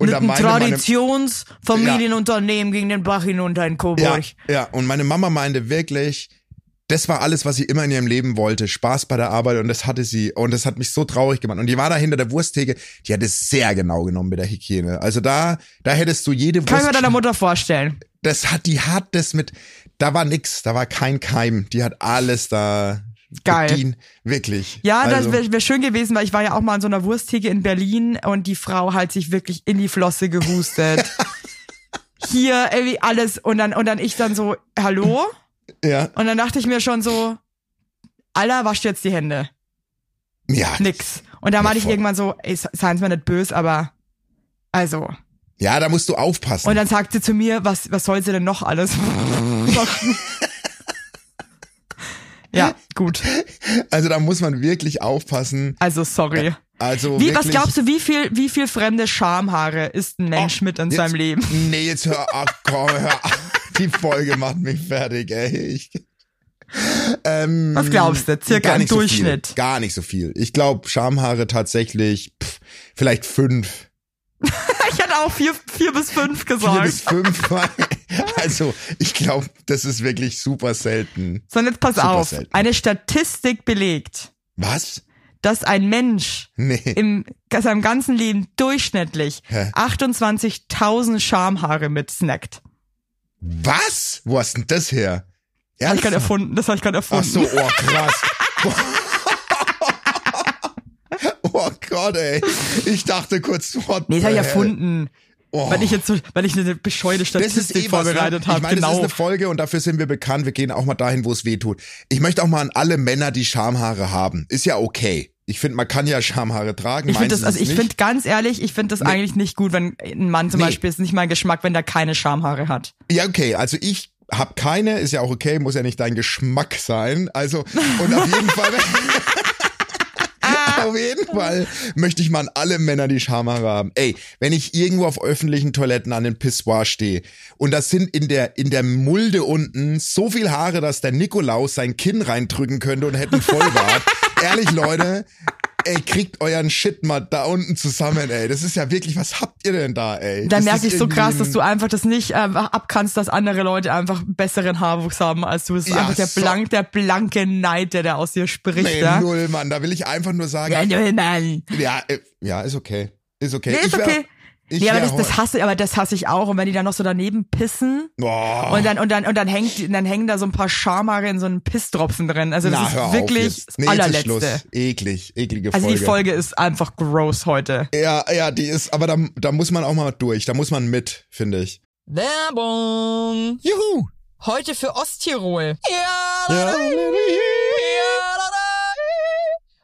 [SPEAKER 2] Und da
[SPEAKER 3] Mit einem
[SPEAKER 2] meine meine,
[SPEAKER 3] Traditionsfamilienunternehmen ging den Bach hinunter in
[SPEAKER 2] ja,
[SPEAKER 3] Coburg.
[SPEAKER 2] ja, und meine Mama meinte wirklich, das war alles, was sie immer in ihrem Leben wollte. Spaß bei der Arbeit und das hatte sie. Und das hat mich so traurig gemacht. Und die war da hinter der Wursttheke, die hat es sehr genau genommen mit der Hygiene. Also da, da hättest du jede
[SPEAKER 3] Kann ich mir
[SPEAKER 2] Wurst.
[SPEAKER 3] deiner Mutter vorstellen.
[SPEAKER 2] Das hat, die hat das mit, da war nix, da war kein Keim. Die hat alles da.
[SPEAKER 3] Geil.
[SPEAKER 2] bedient. wirklich.
[SPEAKER 3] Ja,
[SPEAKER 2] also,
[SPEAKER 3] das wäre wär schön gewesen, weil ich war ja auch mal in so einer Wursttheke in Berlin und die Frau hat sich wirklich in die Flosse gehustet. Hier irgendwie alles und dann und dann ich dann so hallo
[SPEAKER 2] ja,
[SPEAKER 3] und dann dachte ich mir schon so Alter, wascht jetzt die Hände.
[SPEAKER 2] ja,
[SPEAKER 3] Nix. Und da meinte ich
[SPEAKER 2] voll.
[SPEAKER 3] irgendwann so, ey, seien mir nicht böse, aber also
[SPEAKER 2] ja, da musst du aufpassen.
[SPEAKER 3] Und dann sagt sie zu mir, was, was soll sie denn noch alles machen? ja, gut.
[SPEAKER 2] Also da muss man wirklich aufpassen.
[SPEAKER 3] Also sorry.
[SPEAKER 2] Also
[SPEAKER 3] Wie,
[SPEAKER 2] wirklich,
[SPEAKER 3] was glaubst du, wie viel, wie viel fremde Schamhaare ist ein Mensch mit in
[SPEAKER 2] Oh, jetzt-
[SPEAKER 3] seinem Leben?
[SPEAKER 2] Nee, jetzt hör auf, komm, hör auf. Die Folge macht mich fertig, ey. Ich, ähm,
[SPEAKER 3] Was glaubst du? Circa
[SPEAKER 2] gar
[SPEAKER 3] im
[SPEAKER 2] nicht so viel.
[SPEAKER 3] Durchschnitt.
[SPEAKER 2] gar nicht so viel. Ich glaube, Schamhaare tatsächlich, pff, vielleicht fünf.
[SPEAKER 3] Ich hatte auch vier, vier bis fünf
[SPEAKER 2] Vier
[SPEAKER 3] gesagt.
[SPEAKER 2] bis fünf. Also, ich glaube, das ist wirklich super selten.
[SPEAKER 3] Sondern jetzt pass
[SPEAKER 2] Super
[SPEAKER 3] auf.
[SPEAKER 2] selten.
[SPEAKER 3] Eine Statistik belegt,
[SPEAKER 2] Was?
[SPEAKER 3] dass ein Mensch
[SPEAKER 2] Nee.
[SPEAKER 3] im seinem ganzen Leben durchschnittlich
[SPEAKER 2] Hä?
[SPEAKER 3] 28.000 Schamhaare mitsnackt.
[SPEAKER 2] Was? Wo hast denn das her?
[SPEAKER 3] Hab ich
[SPEAKER 2] Ernsthaft?
[SPEAKER 3] gerade erfunden. Das habe ich gerade erfunden.
[SPEAKER 2] Ach so, oh krass. oh Gott, ey. Ich dachte kurz, what
[SPEAKER 3] Nee, das habe
[SPEAKER 2] the hell?
[SPEAKER 3] ich erfunden.
[SPEAKER 2] Oh.
[SPEAKER 3] Weil ich jetzt so, weil ich eine bescheuerte
[SPEAKER 2] Das
[SPEAKER 3] Statistik
[SPEAKER 2] ist eh was, ne?
[SPEAKER 3] vorbereitet
[SPEAKER 2] Ich
[SPEAKER 3] habe.
[SPEAKER 2] meine, das ist
[SPEAKER 3] Genau.
[SPEAKER 2] eine Folge und dafür sind wir bekannt. Wir gehen auch mal dahin, wo es weh tut. Ich möchte auch mal an alle Männer, die Schamhaare haben. Ist ja okay. Ich finde, man kann ja Schamhaare tragen.
[SPEAKER 3] Ich finde das,
[SPEAKER 2] Meins
[SPEAKER 3] also
[SPEAKER 2] ist
[SPEAKER 3] ich
[SPEAKER 2] es
[SPEAKER 3] finde ganz ehrlich, ich finde das eigentlich nicht gut, wenn ein Mann zum
[SPEAKER 2] Nee.
[SPEAKER 3] Beispiel ist nicht mein Geschmack, wenn der keine Schamhaare hat.
[SPEAKER 2] Ja, okay, also ich hab keine, ist ja auch okay, muss ja nicht dein Geschmack sein. Also, und auf jeden Fall. Auf jeden Fall möchte ich mal an alle Männer die Schamhaare haben. Ey, wenn ich irgendwo auf öffentlichen Toiletten an den Pissoir stehe und das sind in der, in der Mulde unten so viel Haare, dass der Nikolaus sein Kinn reindrücken könnte und hätte einen Vollbart. Ehrlich, Leute, ey, kriegt euren Shit mal da unten zusammen, ey. Das ist ja wirklich, was habt ihr denn da, ey?
[SPEAKER 3] Dann
[SPEAKER 2] Ist
[SPEAKER 3] merke
[SPEAKER 2] das
[SPEAKER 3] ich so
[SPEAKER 2] irgendwie
[SPEAKER 3] krass, dass
[SPEAKER 2] ein-
[SPEAKER 3] du einfach das nicht äh, abkannst, dass andere Leute einfach besseren Haarwuchs haben als du. Es ist
[SPEAKER 2] Ja,
[SPEAKER 3] einfach der,
[SPEAKER 2] so-
[SPEAKER 3] blank, der blanke Neid, der da aus dir spricht.
[SPEAKER 2] Nee,
[SPEAKER 3] ja?
[SPEAKER 2] null, Mann. Da will ich einfach nur sagen,
[SPEAKER 3] Ja, null, Mann.
[SPEAKER 2] ja, äh, ja, ist okay. Ist okay.
[SPEAKER 3] Nee,
[SPEAKER 2] ich
[SPEAKER 3] ist
[SPEAKER 2] wär-
[SPEAKER 3] okay.
[SPEAKER 2] Ich
[SPEAKER 3] Nee, aber
[SPEAKER 2] wär
[SPEAKER 3] das, das
[SPEAKER 2] heu-
[SPEAKER 3] hasse, aber das hasse ich auch. Und wenn die dann noch so daneben pissen.
[SPEAKER 2] Boah.
[SPEAKER 3] Und dann, und dann, und dann hängt, dann hängen da so ein paar Schamhaare in so einem Pisstropfen drin. Also das
[SPEAKER 2] Na, hör
[SPEAKER 3] ist
[SPEAKER 2] auf
[SPEAKER 3] wirklich
[SPEAKER 2] jetzt.
[SPEAKER 3] das
[SPEAKER 2] Nee, jetzt ist
[SPEAKER 3] allerletzte.
[SPEAKER 2] Schluss. Eklig, eklige
[SPEAKER 3] Also
[SPEAKER 2] Folge.
[SPEAKER 3] die Folge ist einfach gross heute.
[SPEAKER 2] Ja, ja, die ist, aber da, da muss man auch mal durch. Da muss man mit, finde ich.
[SPEAKER 3] Werbung!
[SPEAKER 2] Juhu!
[SPEAKER 3] Heute für Osttirol. Ja!
[SPEAKER 2] Ja.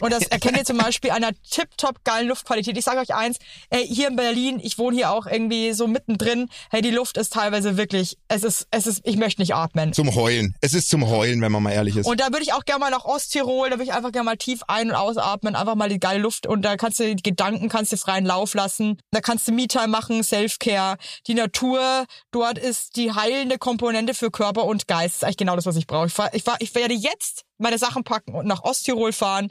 [SPEAKER 3] Und das erkennt ihr zum Beispiel an einer tipptopp geilen Luftqualität. Ich sage euch eins, ey, hier in Berlin, ich wohne hier auch irgendwie so mittendrin, hey, die Luft ist teilweise wirklich, es ist, es ist, ich möchte nicht atmen.
[SPEAKER 2] Zum Heulen. Es ist zum Heulen, wenn man mal ehrlich ist.
[SPEAKER 3] Und da würde ich auch gerne mal nach Osttirol, da würde ich einfach gerne mal tief ein- und ausatmen, einfach mal die geile Luft und da kannst du die Gedanken, kannst du freien Lauf lassen. Da kannst du Me-Time machen, Self-Care. Die Natur dort ist die heilende Komponente für Körper und Geist. Das ist eigentlich genau das, was ich brauche. Ich, fahr, ich, fahr, ich werde jetzt meine Sachen packen und nach Osttirol fahren.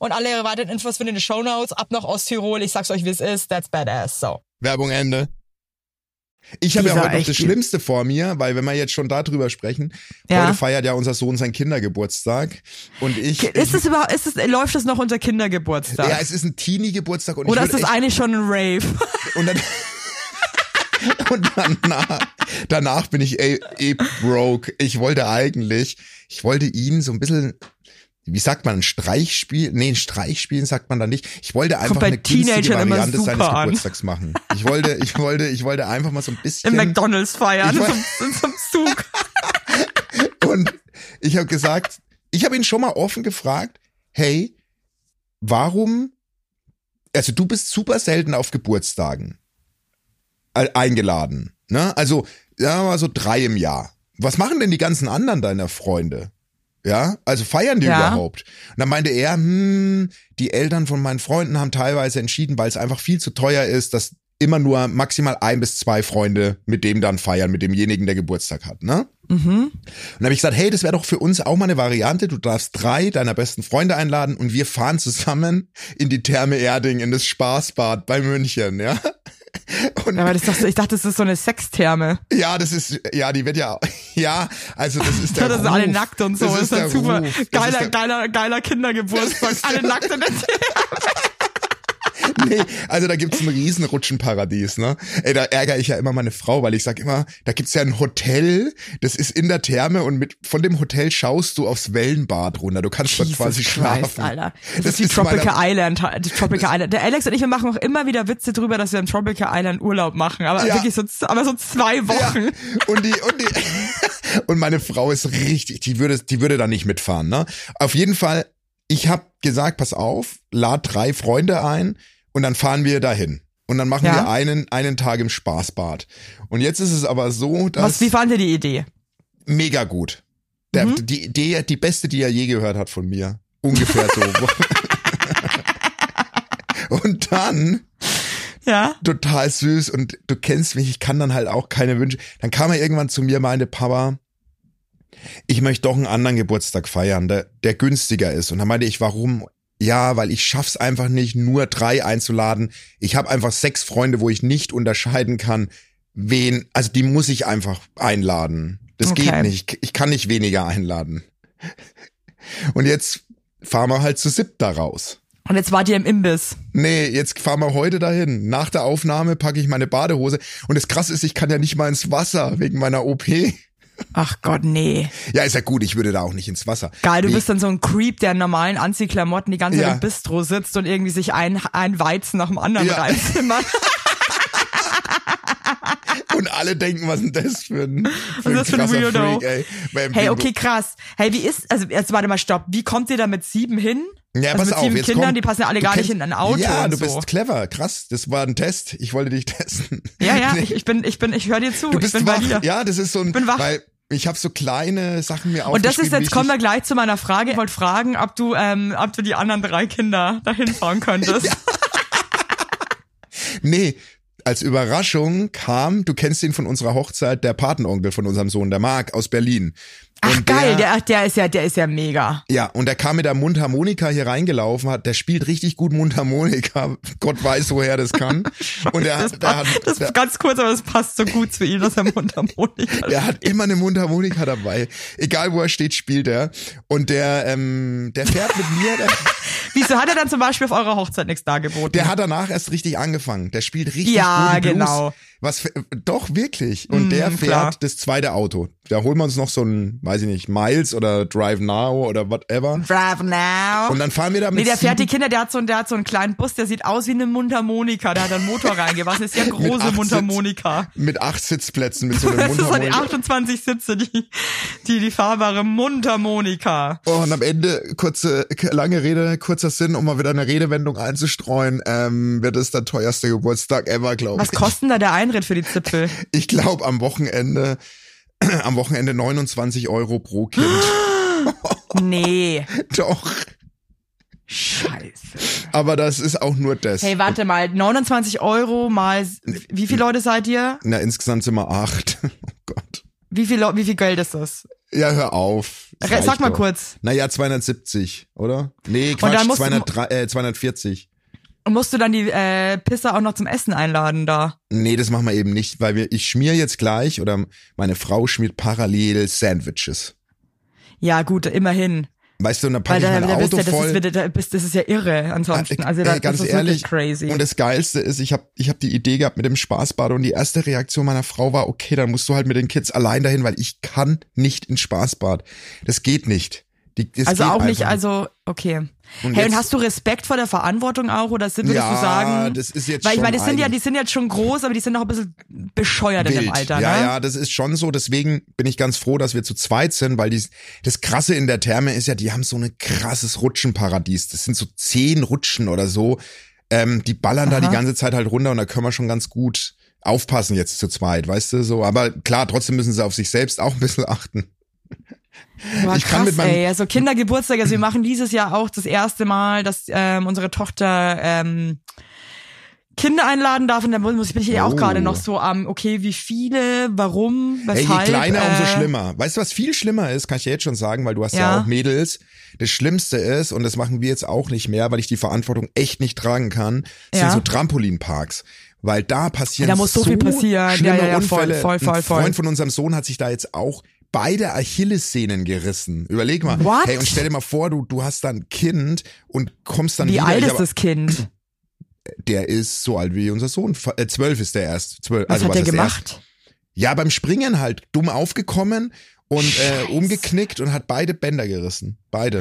[SPEAKER 3] Und alle weiteren Infos findet ihr in den Show Notes. Ab nach Osttirol. Ich sag's euch, wie es ist. That's badass. So.
[SPEAKER 2] Werbung Ende. Ich habe ja
[SPEAKER 3] Dieser
[SPEAKER 2] heute noch das
[SPEAKER 3] echt-
[SPEAKER 2] Schlimmste vor mir, weil wenn wir jetzt schon darüber sprechen,
[SPEAKER 3] Ja.
[SPEAKER 2] heute feiert ja unser Sohn seinen Kindergeburtstag und ich,
[SPEAKER 3] Ist es überhaupt, ist es, läuft es noch unter Kindergeburtstag?
[SPEAKER 2] ja, es ist ein Teenie-Geburtstag und
[SPEAKER 3] Oder
[SPEAKER 2] ich
[SPEAKER 3] ist
[SPEAKER 2] würd
[SPEAKER 3] es eigentlich schon ein Rave?
[SPEAKER 2] echt, und dann und danach, danach bin ich eh, eh broke. Ich wollte eigentlich, ich wollte ihn so ein bisschen, wie sagt man, ein Streichspiel? Nee, ein Streichspielen sagt man da nicht. Ich wollte einfach
[SPEAKER 3] bei
[SPEAKER 2] eine günstige
[SPEAKER 3] Teenagern immer
[SPEAKER 2] Variante
[SPEAKER 3] super
[SPEAKER 2] seines
[SPEAKER 3] an.
[SPEAKER 2] Geburtstags machen. Ich wollte, ich wollte, ich wollte einfach mal so ein bisschen
[SPEAKER 3] Im McDonalds feiern,
[SPEAKER 2] Ich
[SPEAKER 3] in so,
[SPEAKER 2] weiß-
[SPEAKER 3] einem- in so einem Zug.
[SPEAKER 2] Und ich habe gesagt, ich habe ihn schon mal offen gefragt, hey, warum, also du bist super selten auf Geburtstagen e- eingeladen, ne? Also, ja, mal so drei im Jahr. Was machen denn die ganzen anderen deiner Freunde? Ja, also feiern die
[SPEAKER 3] Ja.
[SPEAKER 2] überhaupt? Und dann meinte er, hm, die Eltern von meinen Freunden haben teilweise entschieden, weil es einfach viel zu teuer ist, dass immer nur maximal ein bis zwei Freunde mit dem dann feiern, mit demjenigen, der Geburtstag hat, ne?
[SPEAKER 3] Mhm.
[SPEAKER 2] Und habe ich gesagt, hey, das wäre doch für uns auch mal eine Variante. Du darfst drei deiner besten Freunde einladen und wir fahren zusammen in die Therme Erding, in das Spaßbad bei München, ja? Und
[SPEAKER 3] Ja, aber das dachte, ich dachte, das ist so eine Sextherme.
[SPEAKER 2] ja, das ist, ja, die wird ja, ja, also das ist der
[SPEAKER 3] Da sind alle
[SPEAKER 2] Ruf.
[SPEAKER 3] nackt und so. Das ist,
[SPEAKER 2] der
[SPEAKER 3] dann super.
[SPEAKER 2] Ruf. Das
[SPEAKER 3] Geiler,
[SPEAKER 2] ist der-
[SPEAKER 3] geiler, geiler Kindergeburtstag.
[SPEAKER 2] Das ist
[SPEAKER 3] Alle
[SPEAKER 2] der-
[SPEAKER 3] nackt in der
[SPEAKER 2] Nee, also da gibt's ein riesen Rutschenparadies, ne? Ey, da ärgere ich ja immer meine Frau, weil ich sag immer, da gibt's ja ein Hotel, das ist in der Therme und mit von dem Hotel schaust du aufs Wellenbad runter. Du kannst dort
[SPEAKER 3] Jesus
[SPEAKER 2] quasi
[SPEAKER 3] Christ,
[SPEAKER 2] schlafen.
[SPEAKER 3] Alter. Das,
[SPEAKER 2] Das
[SPEAKER 3] ist wie
[SPEAKER 2] ist
[SPEAKER 3] Tropical
[SPEAKER 2] meiner-
[SPEAKER 3] Island. die Tropical Island. Der Alex und ich, wir machen auch immer wieder Witze drüber, dass wir im Tropical Island Urlaub machen. Aber
[SPEAKER 2] Ja.
[SPEAKER 3] wirklich so, z- aber so zwei Wochen.
[SPEAKER 2] Ja. Und die, und die, und meine Frau ist richtig, die würde, die würde da nicht mitfahren, ne? Auf jeden Fall, ich habe gesagt, pass auf, lad drei Freunde ein und dann fahren wir dahin. Und dann machen
[SPEAKER 3] Ja.
[SPEAKER 2] wir einen, einen Tag im Spaßbad. Und jetzt ist es aber so, dass
[SPEAKER 3] Was, wie Mhm. fand ihr die Idee?
[SPEAKER 2] mega gut. Der, die, Idee, die beste, die er je gehört hat von mir. Ungefähr so. und dann
[SPEAKER 3] Ja?
[SPEAKER 2] total süß und du kennst mich, ich kann dann halt auch keine Wünsche. Dann kam er irgendwann zu mir, meinte Papa, ich möchte doch einen anderen Geburtstag feiern, der, der günstiger ist. Und dann meinte ich, warum? Ja, weil ich schaff's einfach nicht, nur drei einzuladen. Ich habe einfach sechs Freunde, wo ich nicht unterscheiden kann, wen, also die muss ich einfach einladen. Das
[SPEAKER 3] Okay.
[SPEAKER 2] geht nicht. Ich kann nicht weniger einladen. Und jetzt fahren wir halt zu siebt da raus.
[SPEAKER 3] Und jetzt wart ihr im Imbiss.
[SPEAKER 2] Nee, jetzt fahren wir heute dahin. Nach der Aufnahme packe ich meine Badehose. Und das krasse ist, ich kann ja nicht mal ins Wasser wegen meiner OP.
[SPEAKER 3] Ach Gott, nee.
[SPEAKER 2] Ja, ist ja gut, ich würde da auch nicht ins Wasser.
[SPEAKER 3] Geil, du
[SPEAKER 2] Nee,
[SPEAKER 3] bist dann so ein Creep, der in normalen Anziehklamotten die ganze Zeit
[SPEAKER 2] Ja.
[SPEAKER 3] im Bistro sitzt und irgendwie sich ein, ein Weizen nach dem anderen
[SPEAKER 2] Ja.
[SPEAKER 3] reinzimmert.
[SPEAKER 2] Und alle denken, was ist denn das für ein, für
[SPEAKER 3] das für ein
[SPEAKER 2] krasser
[SPEAKER 3] Weirdo?
[SPEAKER 2] Freak, ey. Beim
[SPEAKER 3] Hey,
[SPEAKER 2] Bingo.
[SPEAKER 3] okay, krass. Hey, wie ist, also jetzt warte mal, stopp. Wie kommt ihr da mit sieben hin?
[SPEAKER 2] Ja,
[SPEAKER 3] also
[SPEAKER 2] pass
[SPEAKER 3] mit
[SPEAKER 2] auf,
[SPEAKER 3] sieben
[SPEAKER 2] jetzt
[SPEAKER 3] Kindern,
[SPEAKER 2] komm,
[SPEAKER 3] die passen ja alle
[SPEAKER 2] du
[SPEAKER 3] gar nicht
[SPEAKER 2] kennst-
[SPEAKER 3] in ein Auto
[SPEAKER 2] Ja,
[SPEAKER 3] und
[SPEAKER 2] du
[SPEAKER 3] so.
[SPEAKER 2] bist clever, krass. Das war ein Test. Ich wollte dich testen.
[SPEAKER 3] Ja, ja,
[SPEAKER 2] Nee,
[SPEAKER 3] ich, ich bin, ich bin, ich höre dir zu.
[SPEAKER 2] du bist
[SPEAKER 3] ich bin
[SPEAKER 2] wach.
[SPEAKER 3] bei dir.
[SPEAKER 2] Ja, das ist so ein,
[SPEAKER 3] bin wach.
[SPEAKER 2] weil ich habe so kleine Sachen mir
[SPEAKER 3] Und das ist
[SPEAKER 2] aufgeschrieben, wie
[SPEAKER 3] jetzt,
[SPEAKER 2] ich
[SPEAKER 3] kommen wir gleich zu meiner Frage. Ich wollte fragen, ob du, ähm, ob du die anderen drei Kinder dahin fahren könntest.
[SPEAKER 2] Nee, als Überraschung kam, du kennst ihn von unserer Hochzeit, der Patenonkel von unserem Sohn, der Marc aus Berlin.
[SPEAKER 3] Ach
[SPEAKER 2] Und
[SPEAKER 3] geil, der, ach, der ist ja, der ist ja mega.
[SPEAKER 2] Ja, und der kam mit der Mundharmonika hier reingelaufen, hat, der spielt richtig gut Mundharmonika. Gott weiß, woher das kann. und der,
[SPEAKER 3] Das,
[SPEAKER 2] hat- der, hat,
[SPEAKER 3] passt, das
[SPEAKER 2] der,
[SPEAKER 3] ist ganz kurz, aber das passt so gut zu ihm, dass er Mundharmonika
[SPEAKER 2] der hat immer eine Mundharmonika dabei. Egal wo er steht, spielt er. Und der, ähm, der fährt mit mir, der,
[SPEAKER 3] Wieso hat er dann zum Beispiel auf eurer Hochzeit nichts dargeboten?
[SPEAKER 2] der hat danach erst richtig angefangen. Der spielt richtig
[SPEAKER 3] Ja,
[SPEAKER 2] guten Blues.
[SPEAKER 3] genau. Mhm,
[SPEAKER 2] Was, f- doch, wirklich. Und der fährt
[SPEAKER 3] klar.
[SPEAKER 2] das zweite Auto. Da holen wir uns noch so ein, weiß ich nicht, Miles oder Drive Now oder whatever.
[SPEAKER 3] Drive now.
[SPEAKER 2] Und dann fahren wir da mit
[SPEAKER 3] Nee, der fährt die
[SPEAKER 2] sieben-
[SPEAKER 3] Kinder, der hat so einen, der hat so einen kleinen Bus, der sieht aus wie eine Mundharmonika, der hat einen Motor reingepasst, ist ja
[SPEAKER 2] Mit
[SPEAKER 3] große
[SPEAKER 2] acht
[SPEAKER 3] Mundharmonika.
[SPEAKER 2] mit acht Sitzplätzen, mit so einem
[SPEAKER 3] Das ist die
[SPEAKER 2] Mundharmonika.
[SPEAKER 3] 28 Sitze, die, die, die fahrbare Mundharmonika.
[SPEAKER 2] Oh, und am Ende, kurze, lange Rede, kurzer Sinn, um mal wieder eine Redewendung einzustreuen, ähm, wird es der teuerste Geburtstag ever, glaube
[SPEAKER 3] Was
[SPEAKER 2] ich.
[SPEAKER 3] kostet denn da der Eintritt für die Zippel?
[SPEAKER 2] Ich glaube am Wochenende, am Wochenende 29 Euro pro Kind.
[SPEAKER 3] Nee.
[SPEAKER 2] Doch.
[SPEAKER 3] Scheiße.
[SPEAKER 2] Aber das ist auch nur das.
[SPEAKER 3] Hey, warte mal, 29 Euro mal, wie viele Leute seid ihr?
[SPEAKER 2] Na, insgesamt sind wir acht. Oh Gott.
[SPEAKER 3] Wie viel, Leu- wie viel Geld ist das?
[SPEAKER 2] Ja, hör auf. Das
[SPEAKER 3] Re-
[SPEAKER 2] reicht
[SPEAKER 3] Sag mal
[SPEAKER 2] doch.
[SPEAKER 3] kurz.
[SPEAKER 2] Naja, 270, oder? Nee, Quatsch,
[SPEAKER 3] dann musst du-
[SPEAKER 2] 203, äh, 240.
[SPEAKER 3] Und musst du dann die äh, Pisser auch noch zum Essen einladen da?
[SPEAKER 2] Nee, das machen wir eben nicht, weil wir, ich schmier jetzt gleich oder meine Frau schmiert parallel Sandwiches.
[SPEAKER 3] Ja, gut, immerhin.
[SPEAKER 2] Weißt du, und dann packe
[SPEAKER 3] Weil
[SPEAKER 2] ich
[SPEAKER 3] da,
[SPEAKER 2] mein
[SPEAKER 3] da bist
[SPEAKER 2] Auto
[SPEAKER 3] ja, das
[SPEAKER 2] voll. Äh,
[SPEAKER 3] ist, wieder- da bist, das ist ja irre ansonsten. Also da,
[SPEAKER 2] Ey, ganz
[SPEAKER 3] das ist
[SPEAKER 2] ehrlich.
[SPEAKER 3] wirklich crazy.
[SPEAKER 2] Und das Geilste ist, ich habe ich hab die Idee gehabt mit dem Spaßbad und die erste Reaktion meiner Frau war, okay, dann musst du halt mit den Kids allein dahin, weil ich kann nicht ins Spaßbad. Das geht nicht. Die, das
[SPEAKER 3] also
[SPEAKER 2] geht
[SPEAKER 3] auch nicht,
[SPEAKER 2] einfach
[SPEAKER 3] also, okay.
[SPEAKER 2] Und
[SPEAKER 3] hey, und
[SPEAKER 2] jetzt-
[SPEAKER 3] hast du Respekt vor der Verantwortung auch? Oder sind, würdest
[SPEAKER 2] ja,
[SPEAKER 3] du sagen?
[SPEAKER 2] das ist jetzt
[SPEAKER 3] weil ich
[SPEAKER 2] schon
[SPEAKER 3] meine, das sind ja,
[SPEAKER 2] eigen.
[SPEAKER 3] die sind jetzt schon groß, aber die sind noch ein bisschen bescheuert in dem
[SPEAKER 2] Bild.
[SPEAKER 3] Alter,
[SPEAKER 2] ja,
[SPEAKER 3] ne?
[SPEAKER 2] ja, das ist schon so. Deswegen bin ich ganz froh, dass wir zu zweit sind, weil die, das Krasse in der Therme ist ja, die haben so ein krasses Rutschenparadies. Das sind so zehn Rutschen oder so. Ähm, die ballern da
[SPEAKER 3] Aha.
[SPEAKER 2] die ganze Zeit halt runter und da können wir schon ganz gut aufpassen jetzt zu zweit, weißt du so. Aber klar, trotzdem müssen sie auf sich selbst auch ein bisschen achten.
[SPEAKER 3] Boah,
[SPEAKER 2] Ich
[SPEAKER 3] krass,
[SPEAKER 2] kann mit meinem-
[SPEAKER 3] ey. Also Kindergeburtstag, also wir machen dieses Jahr auch das erste Mal, dass ähm, unsere Tochter ähm, Kinder einladen darf und da muss ich bin ich ja
[SPEAKER 2] Oh.
[SPEAKER 3] auch gerade noch so am, okay, wie viele, warum,
[SPEAKER 2] Ey,
[SPEAKER 3] weshalb.
[SPEAKER 2] je kleiner, umso
[SPEAKER 3] äh,
[SPEAKER 2] schlimmer. Weißt du, was viel schlimmer ist, kann ich dir jetzt schon sagen, weil du hast ja.
[SPEAKER 3] Ja.
[SPEAKER 2] auch Mädels. Das Schlimmste ist, und das machen wir jetzt auch nicht mehr, weil ich die Verantwortung echt nicht tragen kann,
[SPEAKER 3] Ja.
[SPEAKER 2] sind so Trampolinparks. Weil da passieren
[SPEAKER 3] Da muss so viel passieren.
[SPEAKER 2] schlimme
[SPEAKER 3] Ja, ja, ja, voll,
[SPEAKER 2] Unfälle.
[SPEAKER 3] voll, voll,
[SPEAKER 2] Ein
[SPEAKER 3] voll.
[SPEAKER 2] Freund von unserem Sohn hat sich da jetzt auch beide Achillessehnen gerissen. Überleg mal.
[SPEAKER 3] What?
[SPEAKER 2] Hey, und stell dir mal vor, du, du hast da ein Kind und kommst dann
[SPEAKER 3] Wie
[SPEAKER 2] wieder.
[SPEAKER 3] alt
[SPEAKER 2] Ich
[SPEAKER 3] ist
[SPEAKER 2] hab-
[SPEAKER 3] das Kind?
[SPEAKER 2] Der ist so alt wie unser Sohn. Fa- Äh, zwölf ist der erst. Zwölf.
[SPEAKER 3] Was
[SPEAKER 2] also,
[SPEAKER 3] hat
[SPEAKER 2] was
[SPEAKER 3] der
[SPEAKER 2] ist erst?
[SPEAKER 3] gemacht?
[SPEAKER 2] Ja, beim Springen halt dumm aufgekommen und äh,
[SPEAKER 3] Scheiße.
[SPEAKER 2] umgeknickt und hat beide Bänder gerissen. Beide.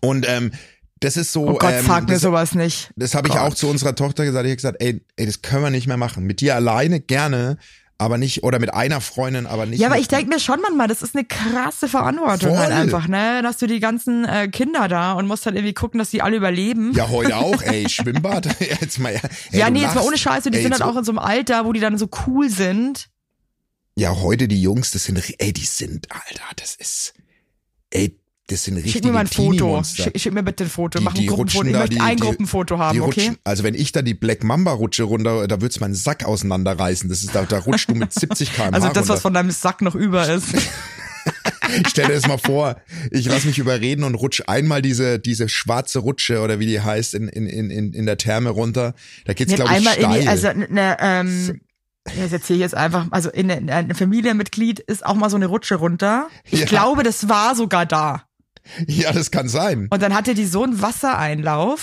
[SPEAKER 2] Und ähm, das ist so.
[SPEAKER 3] Oh Gott,
[SPEAKER 2] ähm,
[SPEAKER 3] frag mir
[SPEAKER 2] das,
[SPEAKER 3] sowas nicht.
[SPEAKER 2] das habe ich auch zu unserer Tochter gesagt. Ich habe gesagt, ey, ey, das können wir nicht mehr machen. Mit dir alleine gerne, aber nicht, oder mit einer Freundin, aber nicht.
[SPEAKER 3] Ja, aber
[SPEAKER 2] mit-
[SPEAKER 3] ich denke mir schon manchmal, das ist eine krasse Verantwortung halt
[SPEAKER 2] Voll.
[SPEAKER 3] einfach, ne? Dass du die ganzen äh, Kinder da und musst halt irgendwie gucken, dass die alle überleben.
[SPEAKER 2] Ja, heute auch, ey, Schwimmbad. jetzt mal, ey,
[SPEAKER 3] ja,
[SPEAKER 2] du
[SPEAKER 3] nee, jetzt mal
[SPEAKER 2] lachst.
[SPEAKER 3] ohne Scheiße, die
[SPEAKER 2] Ey,
[SPEAKER 3] sind
[SPEAKER 2] jetzt
[SPEAKER 3] halt auch in so einem Alter, wo die dann so cool sind.
[SPEAKER 2] Ja, heute die Jungs, das sind, ri- ey, die sind, Alter, das ist, ey, das sind richtige
[SPEAKER 3] Schick mir mal ein Foto.
[SPEAKER 2] Teenie-Monster.
[SPEAKER 3] Schick, schick mir bitte ein Foto.
[SPEAKER 2] Die-
[SPEAKER 3] Mach ein
[SPEAKER 2] die
[SPEAKER 3] Gruppenfoto.
[SPEAKER 2] rutschen
[SPEAKER 3] Ich
[SPEAKER 2] da,
[SPEAKER 3] möchte
[SPEAKER 2] die-
[SPEAKER 3] ein
[SPEAKER 2] die-
[SPEAKER 3] Gruppenfoto
[SPEAKER 2] Die
[SPEAKER 3] haben, okay?
[SPEAKER 2] rutschen, also wenn ich da die Black Mamba rutsche runter, da wird's meinen Sack auseinanderreißen. Das ist, da, da rutschst du mit 70 km/h
[SPEAKER 3] Also das, was
[SPEAKER 2] runter.
[SPEAKER 3] von deinem Sack noch über ist.
[SPEAKER 2] Stell dir das mal vor, ich lass mich überreden und rutsch einmal diese, diese schwarze Rutsche oder wie die heißt in, in, in, in in der Therme runter. Da geht's,
[SPEAKER 3] Nicht
[SPEAKER 2] glaube ich,
[SPEAKER 3] einmal
[SPEAKER 2] steil.
[SPEAKER 3] in die, also ne, ähm, das erzähle ich jetzt einfach, also in, in ein Familienmitglied ist auch mal so eine Rutsche runter. Ich
[SPEAKER 2] Ja.
[SPEAKER 3] glaube, das war sogar da.
[SPEAKER 2] ja, das kann sein.
[SPEAKER 3] Und dann hatte die so einen Wassereinlauf,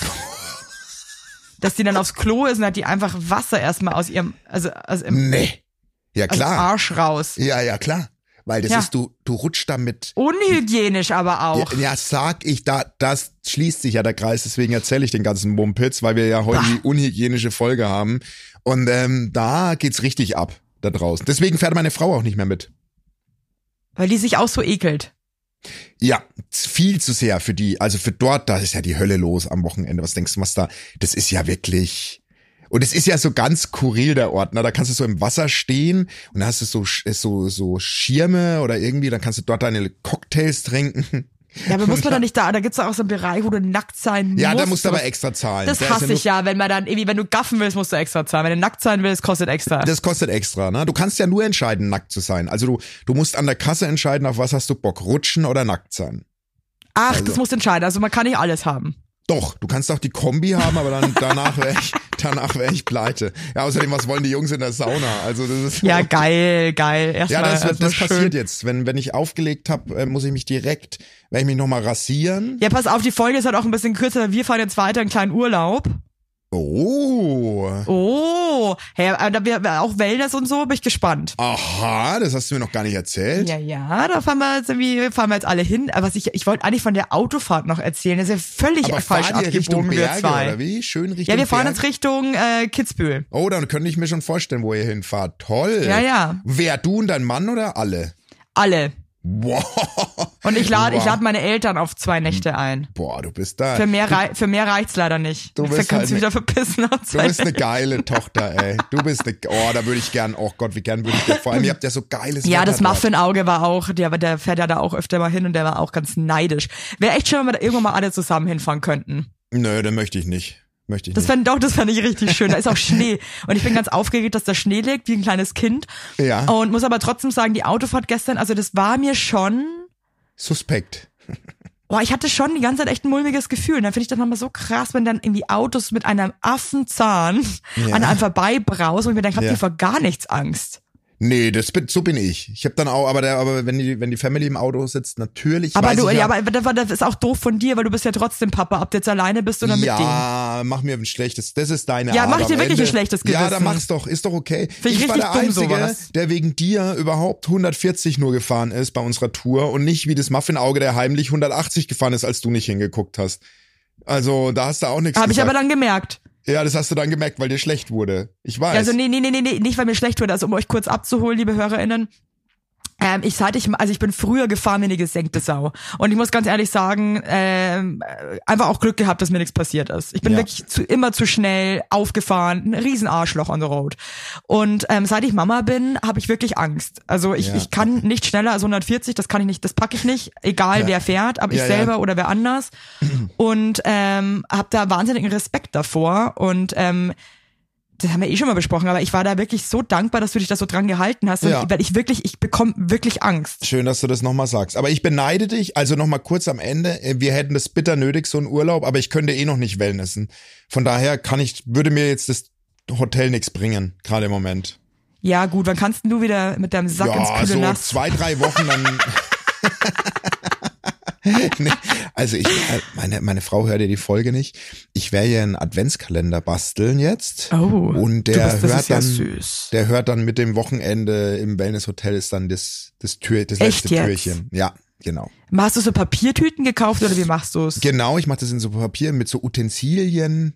[SPEAKER 3] dass die dann aufs Klo ist und hat die einfach Wasser erstmal aus ihrem, also aus ihrem
[SPEAKER 2] Nee. Ja,
[SPEAKER 3] aus dem
[SPEAKER 2] klar.
[SPEAKER 3] Arsch raus.
[SPEAKER 2] Ja, ja, klar. Weil das
[SPEAKER 3] Also Ja.
[SPEAKER 2] ist, du, du rutschst damit.
[SPEAKER 3] Unhygienisch aber auch.
[SPEAKER 2] Ja, ja, sag ich, da, das schließt sich ja der Kreis, deswegen erzähle ich den ganzen Mumpitz, weil wir ja heute die unhygienische Folge haben. Und ähm, da geht's richtig ab da draußen. Deswegen fährt meine Frau auch nicht mehr mit.
[SPEAKER 3] Weil die sich auch so ekelt.
[SPEAKER 2] Ja, z- viel zu sehr für die. Also für dort, da ist ja die Hölle los am Wochenende. Was denkst du, was da? Das ist ja wirklich. Und es ist ja so ganz skurril, der Ort. Ne? Da kannst du so im Wasser stehen und da hast du so, Sch- äh, so, so Schirme oder irgendwie, dann kannst du dort deine Cocktails trinken.
[SPEAKER 3] Ja, aber muss man da nicht da, da gibt's doch auch so einen Bereich, wo du nackt sein
[SPEAKER 2] Ja,
[SPEAKER 3] musst.
[SPEAKER 2] da musst du aber extra zahlen.
[SPEAKER 3] Das
[SPEAKER 2] Da ist ja
[SPEAKER 3] hasse
[SPEAKER 2] nur
[SPEAKER 3] ich ja, wenn man dann irgendwie, wenn du gaffen willst, musst du extra zahlen. Wenn du nackt sein willst, kostet extra.
[SPEAKER 2] Das kostet extra, ne? Du kannst ja nur entscheiden, nackt zu sein. Also du, du musst an der Kasse entscheiden, auf was hast du Bock, rutschen oder nackt sein.
[SPEAKER 3] Ach, das musst du entscheiden. Also man kann nicht alles haben.
[SPEAKER 2] Doch, du kannst auch die Kombi haben, aber dann danach wäre ich, danach wäre ich pleite. Ja, außerdem, was wollen die Jungs in der Sauna? Also das ist
[SPEAKER 3] Ja, geil, geil. Erstmal,
[SPEAKER 2] Ja, das, wird-
[SPEAKER 3] erstmal
[SPEAKER 2] das passiert
[SPEAKER 3] schön.
[SPEAKER 2] jetzt. Wenn, wenn ich aufgelegt habe, muss ich mich direkt, wenn ich mich nochmal rasieren.
[SPEAKER 3] Ja, pass auf, die Folge ist halt auch ein bisschen kürzer, weil wir fahren jetzt weiter in einen kleinen Urlaub.
[SPEAKER 2] Oh.
[SPEAKER 3] Oh, hey, aber da wir auch Wellness und so, bin ich gespannt.
[SPEAKER 2] Aha, das hast du mir noch gar nicht erzählt.
[SPEAKER 3] Ja, ja, da fahren wir jetzt irgendwie, fahren wir jetzt alle hin. Aber was ich, ich wollte eigentlich von der Autofahrt noch erzählen. Das ist ja völlig
[SPEAKER 2] aber
[SPEAKER 3] falsch
[SPEAKER 2] fahren die Richtung
[SPEAKER 3] abgebogen, wir
[SPEAKER 2] Berge oder
[SPEAKER 3] zwei.
[SPEAKER 2] wie? Schön Richtung
[SPEAKER 3] Ja, wir fahren
[SPEAKER 2] Berge.
[SPEAKER 3] jetzt Richtung äh, Kitzbühel.
[SPEAKER 2] Oh, dann könnte ich mir schon vorstellen, wo ihr hinfahrt. Toll.
[SPEAKER 3] Ja, ja.
[SPEAKER 2] Wer, du und dein Mann oder alle?
[SPEAKER 3] Alle.
[SPEAKER 2] Wow.
[SPEAKER 3] Und ich lade, ich
[SPEAKER 2] Wow. Mhm.
[SPEAKER 3] lade meine Eltern auf zwei Nächte ein.
[SPEAKER 2] Boah, du bist da.
[SPEAKER 3] Für mehr, rei für mehr reicht's leider nicht.
[SPEAKER 2] Du
[SPEAKER 3] da
[SPEAKER 2] bist
[SPEAKER 3] kannst du
[SPEAKER 2] halt
[SPEAKER 3] wieder verpissen auf
[SPEAKER 2] du
[SPEAKER 3] zwei
[SPEAKER 2] bist eine
[SPEAKER 3] Nächte.
[SPEAKER 2] geile Tochter, ey. Du bist eine. Oh, da würde ich gern. Oh Gott, wie gern würde ich. Vor allem, ihr habt ja so geiles.
[SPEAKER 3] Ja, das
[SPEAKER 2] Wetter dort.
[SPEAKER 3] Muffin-Auge war auch, der, der fährt ja da auch öfter mal hin und der war auch ganz neidisch. Wäre echt schön, wenn wir da irgendwann mal alle zusammen hinfahren könnten.
[SPEAKER 2] Nö, das möchte ich nicht. Möchte ich
[SPEAKER 3] Das
[SPEAKER 2] nicht.
[SPEAKER 3] fand, doch, das fand ich richtig schön. Da ist auch Schnee. Und ich bin ganz aufgeregt, dass da Schnee liegt, wie ein kleines Kind.
[SPEAKER 2] Ja.
[SPEAKER 3] Und muss aber trotzdem sagen, die Autofahrt gestern, also das war mir schon
[SPEAKER 2] Suspekt.
[SPEAKER 3] Boah, ich hatte schon die ganze Zeit echt ein mulmiges Gefühl. Und dann finde ich das manchmal so krass, wenn dann irgendwie Autos mit einem Affenzahn an einem vorbeibrausen und ich mir denke, habt
[SPEAKER 2] Ja.
[SPEAKER 3] ihr vor gar nichts Angst.
[SPEAKER 2] Nee, das bin, so bin ich. Ich habe dann auch, aber, der, aber wenn, die, wenn die Family im Auto sitzt, natürlich.
[SPEAKER 3] Aber
[SPEAKER 2] weiß
[SPEAKER 3] du,
[SPEAKER 2] ich
[SPEAKER 3] ja, aber das, war- das ist auch doof von dir, weil du bist ja trotzdem Papa, ob du jetzt alleine bist oder mit denen.
[SPEAKER 2] ja, mach mir ein schlechtes, das ist deine
[SPEAKER 3] Ja,
[SPEAKER 2] Art
[SPEAKER 3] mach dir
[SPEAKER 2] am
[SPEAKER 3] wirklich
[SPEAKER 2] Ende.
[SPEAKER 3] ein schlechtes
[SPEAKER 2] Ja, dann
[SPEAKER 3] Gewissen.
[SPEAKER 2] mach's doch, ist doch okay.
[SPEAKER 3] ich
[SPEAKER 2] war
[SPEAKER 3] richtig
[SPEAKER 2] der
[SPEAKER 3] dumm,
[SPEAKER 2] Einzige,
[SPEAKER 3] sowas.
[SPEAKER 2] der wegen dir überhaupt 140 nur gefahren ist bei unserer Tour und nicht wie das Muffinauge, der heimlich 180 gefahren ist, als du nicht hingeguckt hast. Also, da hast du auch nichts
[SPEAKER 3] Habe ich
[SPEAKER 2] gesagt.
[SPEAKER 3] aber dann gemerkt.
[SPEAKER 2] Ja, das hast du dann gemerkt, weil dir schlecht wurde. Ich weiß.
[SPEAKER 3] Also nee, nee, nee, nee, nee, nicht weil mir schlecht wird. Also um euch kurz abzuholen, liebe HörerInnen. Ähm, ich seit ich, also ich bin früher gefahren wie eine gesenkte Sau. Und ich muss ganz ehrlich sagen, ähm, äh, einfach auch Glück gehabt, dass mir nichts passiert ist. Ich bin
[SPEAKER 2] Ja.
[SPEAKER 3] wirklich zu, immer zu schnell aufgefahren, ein Riesenarschloch on the road. Und ähm, seit ich Mama bin, habe ich wirklich Angst. Also ich,
[SPEAKER 2] Ja.
[SPEAKER 3] ich kann nicht schneller als 140, das kann ich nicht, das packe ich nicht, egal wer fährt, ob ich
[SPEAKER 2] Ja, ja.
[SPEAKER 3] selber oder wer anders. Und ähm, habe da wahnsinnigen Respekt davor. Und ähm, das haben wir eh schon mal besprochen, aber ich war da wirklich so dankbar, dass du dich da so dran gehalten hast, und
[SPEAKER 2] Ja.
[SPEAKER 3] weil ich wirklich, ich bekomme wirklich Angst.
[SPEAKER 2] Schön, dass du das nochmal sagst. Aber ich beneide dich, also nochmal kurz am Ende. äh, Wir hätten das bitter nötig, so einen Urlaub, aber ich könnte eh noch nicht wellnessen. Von daher kann ich, würde mir jetzt das Hotel nichts bringen, gerade im Moment.
[SPEAKER 3] Ja gut, wann kannst denn du wieder mit deinem Sack ins
[SPEAKER 2] ja,
[SPEAKER 3] kühle
[SPEAKER 2] so
[SPEAKER 3] Nass?
[SPEAKER 2] zwei, drei Wochen dann. nee, also ich, äh, meine, meine Frau hört ja die Folge nicht. Ich werde ja einen Adventskalender basteln jetzt.
[SPEAKER 3] Oh,
[SPEAKER 2] Und
[SPEAKER 3] du
[SPEAKER 2] der
[SPEAKER 3] bist- das
[SPEAKER 2] hört
[SPEAKER 3] ist ja
[SPEAKER 2] dann,
[SPEAKER 3] süß.
[SPEAKER 2] der hört dann mit dem Wochenende im Wellnesshotel ist dann das, das Tür, das
[SPEAKER 3] Echt
[SPEAKER 2] letzte
[SPEAKER 3] jetzt?
[SPEAKER 2] Türchen. Ja, genau.
[SPEAKER 3] Hast du so Papiertüten gekauft oder wie machst du es?
[SPEAKER 2] Genau, ich mache das in so Papier mit so Utensilien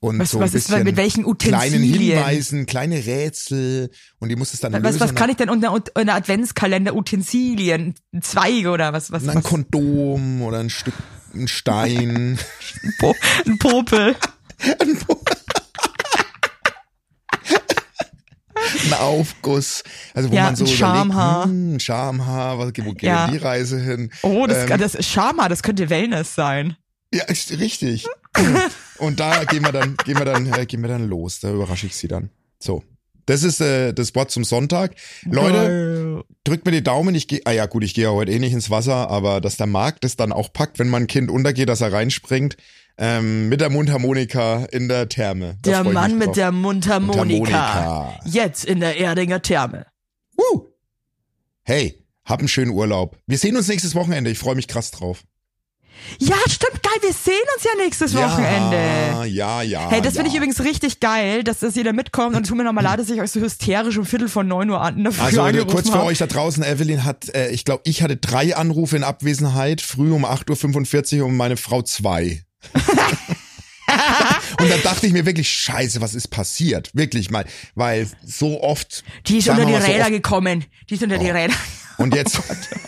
[SPEAKER 2] und
[SPEAKER 3] Was-
[SPEAKER 2] so ein
[SPEAKER 3] was ist-
[SPEAKER 2] bisschen
[SPEAKER 3] mit welchen
[SPEAKER 2] kleinen
[SPEAKER 3] Utensilien?
[SPEAKER 2] Hinweisen, kleine Rätsel und die muss es dann
[SPEAKER 3] Was,
[SPEAKER 2] lösen.
[SPEAKER 3] was kann
[SPEAKER 2] und
[SPEAKER 3] ich denn unter, unter Adventskalender Utensilien, Zweige oder was? was,
[SPEAKER 2] dann, dann ein
[SPEAKER 3] was?
[SPEAKER 2] Kondom oder ein Stück ein Stein.
[SPEAKER 3] Po, ein Popel.
[SPEAKER 2] ein Aufguss, also wo
[SPEAKER 3] Ja,
[SPEAKER 2] man so
[SPEAKER 3] ein
[SPEAKER 2] überlegt,
[SPEAKER 3] Schamhaar.
[SPEAKER 2] hm, ein Schamhaar, was, wo geht
[SPEAKER 3] Ja.
[SPEAKER 2] denn die Reise hin?
[SPEAKER 3] Oh, das,
[SPEAKER 2] Ähm,
[SPEAKER 3] das ist Schama, das könnte Wellness sein.
[SPEAKER 2] Ja, ist richtig. Und da gehen wir dann, gehen wir dann, äh, gehen wir dann los. Da überrasche ich sie dann. So. Das ist äh, das Wort zum Sonntag. Leute,
[SPEAKER 3] Oh.
[SPEAKER 2] drückt mir die Daumen. Ich gehe, ah ja gut, ich gehe ja heute eh nicht ins Wasser, aber dass der Markt es dann auch packt, wenn mein Kind untergeht, dass er reinspringt. Ähm, mit der Mundharmonika in der Therme. Da
[SPEAKER 3] der
[SPEAKER 2] freu ich
[SPEAKER 3] Mann
[SPEAKER 2] mich
[SPEAKER 3] mit
[SPEAKER 2] drauf.
[SPEAKER 3] der Mundharmonika.
[SPEAKER 2] Mundharmonika.
[SPEAKER 3] Jetzt in der Erdinger Therme.
[SPEAKER 2] Woo! Hey, hab einen schönen Urlaub. Wir sehen uns nächstes Wochenende. Ich freue mich krass drauf.
[SPEAKER 3] Ja, stimmt, geil. Wir sehen uns ja nächstes Wochenende.
[SPEAKER 2] Ja, ja, ja.
[SPEAKER 3] Hey, das
[SPEAKER 2] ja.
[SPEAKER 3] finde ich übrigens richtig geil, dass das jeder mitkommt und tut mir nochmal leid, dass ich euch so hysterisch um Viertel von neun Uhr an dafür
[SPEAKER 2] Also
[SPEAKER 3] angerufen
[SPEAKER 2] kurz für
[SPEAKER 3] habe.
[SPEAKER 2] euch da draußen, Evelyn hat, äh, ich glaube, ich hatte drei Anrufe in Abwesenheit, früh um 8.45 Uhr und meine Frau zwei. und da dachte ich mir wirklich, scheiße, was ist passiert? Wirklich mal, weil so oft...
[SPEAKER 3] Die ist
[SPEAKER 2] sagen
[SPEAKER 3] unter
[SPEAKER 2] wir
[SPEAKER 3] die
[SPEAKER 2] mal so Oh,
[SPEAKER 3] Räder
[SPEAKER 2] oft-
[SPEAKER 3] gekommen. Die ist unter die Räder.
[SPEAKER 2] Und
[SPEAKER 3] Oh
[SPEAKER 2] jetzt,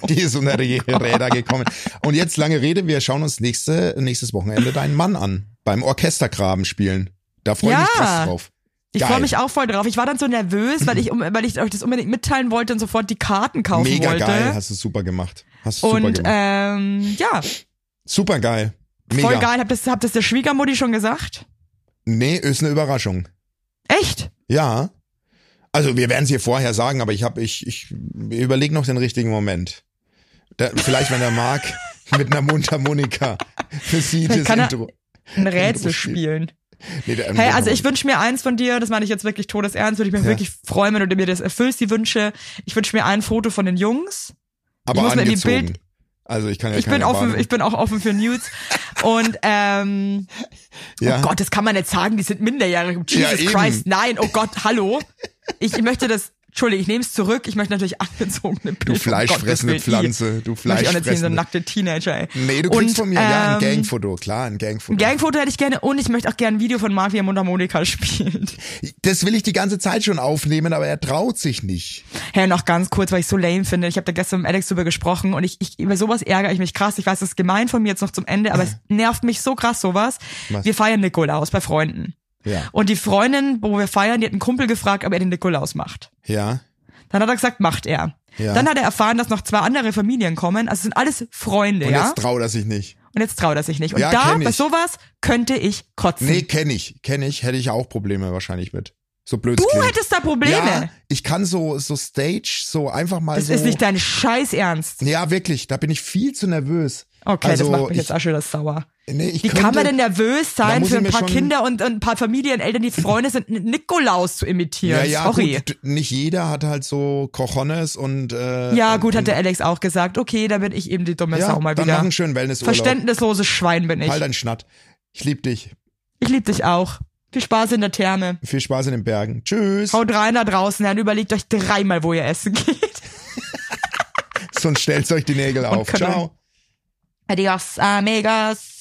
[SPEAKER 2] die ist unter die Räder gekommen. Und jetzt lange Rede, wir schauen uns nächste, nächstes Wochenende deinen Mann an. Beim Orchestergraben spielen. Da freue ich mich
[SPEAKER 3] Ja.
[SPEAKER 2] krass drauf.
[SPEAKER 3] Ich
[SPEAKER 2] Geil.
[SPEAKER 3] freue mich auch voll drauf. Ich war dann so nervös, weil ich, um- weil ich euch das unbedingt mitteilen wollte und sofort die Karten kaufen
[SPEAKER 2] Mega
[SPEAKER 3] wollte.
[SPEAKER 2] geil, hast du super gemacht. Hast du super
[SPEAKER 3] und
[SPEAKER 2] gemacht.
[SPEAKER 3] ähm, ja,
[SPEAKER 2] super geil. Mega.
[SPEAKER 3] voll geil. Habt das, hab das der Schwiegermutti schon gesagt?
[SPEAKER 2] Nee, ist eine Überraschung.
[SPEAKER 3] Echt?
[SPEAKER 2] Ja. Also wir werden es ihr vorher sagen, aber ich habe ich ich überlege noch den richtigen Moment. Da, vielleicht wenn der Marc mit einer Mundharmonika für sie das
[SPEAKER 3] kann er-
[SPEAKER 2] Intro.
[SPEAKER 3] Ein Rätsel
[SPEAKER 2] Spiel.
[SPEAKER 3] spielen.
[SPEAKER 2] Nee, der- genau.
[SPEAKER 3] Hey, also ich wünsche mir eins von dir, das meine ich jetzt wirklich todesernst, würde ich mich
[SPEAKER 2] Ja.
[SPEAKER 3] wirklich freuen, wenn du mir das erfüllst, die Wünsche. Ich wünsche mir ein Foto von den Jungs.
[SPEAKER 2] aber
[SPEAKER 3] muss mir die
[SPEAKER 2] angezogen.
[SPEAKER 3] Bild-
[SPEAKER 2] also ich kann ja
[SPEAKER 3] Ich bin,
[SPEAKER 2] keine
[SPEAKER 3] offen,
[SPEAKER 2] Warnung-
[SPEAKER 3] ich bin auch offen für Nudes. Und ähm,
[SPEAKER 2] ja.
[SPEAKER 3] oh Gott, das kann man nicht sagen, die sind minderjährig. Jesus
[SPEAKER 2] Ah. eben.
[SPEAKER 3] Christ, nein, oh Gott, hallo. Ich möchte das, Entschuldige, ich nehme es zurück, ich möchte natürlich angezogene Bilder.
[SPEAKER 2] du
[SPEAKER 3] um Gottes Willen,
[SPEAKER 2] fleischfressende
[SPEAKER 3] ich-
[SPEAKER 2] Pflanze, du
[SPEAKER 3] Möchte ich auch nicht sehen, so
[SPEAKER 2] fleischfressende.
[SPEAKER 3] nackte Teenager, ey.
[SPEAKER 2] nee, du kriegst
[SPEAKER 3] Und,
[SPEAKER 2] von mir ja ein
[SPEAKER 3] ähm,
[SPEAKER 2] Gangfoto, klar, ein
[SPEAKER 3] Ein
[SPEAKER 2] Gangfoto.
[SPEAKER 3] Gangfoto hätte ich gerne und ich möchte auch gerne ein Video von Mark, wie er Mundharmonika spielt.
[SPEAKER 2] das will ich die ganze Zeit schon aufnehmen, aber er traut sich nicht.
[SPEAKER 3] Hey, noch ganz kurz, weil ich so lame finde. Ich habe da gestern mit Alex drüber gesprochen und ich, ich über sowas ärgere ich mich krass. Ich weiß, das ist gemein von mir jetzt noch zum Ende, aber es nervt mich so krass sowas.
[SPEAKER 2] Was?
[SPEAKER 3] Wir feiern Nikolaus bei Freunden.
[SPEAKER 2] Ja.
[SPEAKER 3] Und die Freundin, wo wir feiern, die hat einen Kumpel gefragt, ob er den Nikolaus macht.
[SPEAKER 2] Ja.
[SPEAKER 3] Dann hat er gesagt, macht er.
[SPEAKER 2] Ja.
[SPEAKER 3] Dann hat er erfahren, dass noch zwei andere Familien kommen. Also es sind alles Freunde,
[SPEAKER 2] Und
[SPEAKER 3] ja?
[SPEAKER 2] jetzt traut er sich nicht.
[SPEAKER 3] und jetzt traut er sich nicht. Und
[SPEAKER 2] Ja,
[SPEAKER 3] da,
[SPEAKER 2] kenn
[SPEAKER 3] bei
[SPEAKER 2] ich.
[SPEAKER 3] sowas, könnte ich kotzen.
[SPEAKER 2] Nee, kenne ich, kenne ich, hätte ich auch Probleme wahrscheinlich mit. So blöd
[SPEAKER 3] Du
[SPEAKER 2] es klingt.
[SPEAKER 3] hättest da Probleme.
[SPEAKER 2] Ja, also ich kann so, so Stage, so einfach mal
[SPEAKER 3] das
[SPEAKER 2] so.
[SPEAKER 3] ist nicht dein Scheiß Ernst.
[SPEAKER 2] ja, wirklich, da bin ich viel zu nervös.
[SPEAKER 3] Okay,
[SPEAKER 2] also,
[SPEAKER 3] das macht mich
[SPEAKER 2] ich,
[SPEAKER 3] jetzt auch schon das sauer.
[SPEAKER 2] Nee, ich
[SPEAKER 3] Wie
[SPEAKER 2] könnte,
[SPEAKER 3] kann man denn nervös
[SPEAKER 2] Da
[SPEAKER 3] sein,
[SPEAKER 2] muss
[SPEAKER 3] für
[SPEAKER 2] ich
[SPEAKER 3] ein
[SPEAKER 2] mir
[SPEAKER 3] paar
[SPEAKER 2] schon-
[SPEAKER 3] Kinder und, und ein paar Familieneltern, die Freunde sind, N- Nikolaus zu imitieren?
[SPEAKER 2] ja, ja,
[SPEAKER 3] Sorry.
[SPEAKER 2] Gut, nicht jeder hat halt so Cojones und äh,
[SPEAKER 3] ja,
[SPEAKER 2] und,
[SPEAKER 3] gut, hat
[SPEAKER 2] und,
[SPEAKER 3] der Alex auch gesagt. Okay, da bin ich eben die dumme
[SPEAKER 2] ja,
[SPEAKER 3] Sau mal
[SPEAKER 2] dann
[SPEAKER 3] wieder.
[SPEAKER 2] machen schön Wellnessurlaub.
[SPEAKER 3] Verständnisloses Schwein bin ich.
[SPEAKER 2] Halt deinen Schnatt. Ich lieb dich.
[SPEAKER 3] Ich liebe dich auch. Viel Spaß in der Therme.
[SPEAKER 2] Viel Spaß in den Bergen. Tschüss.
[SPEAKER 3] Haut rein da draußen, dann überlegt euch dreimal, wo ihr essen geht.
[SPEAKER 2] Sonst stellt euch die Nägel auf.
[SPEAKER 3] Köttel.
[SPEAKER 2] Ciao.
[SPEAKER 3] Adios, amigos.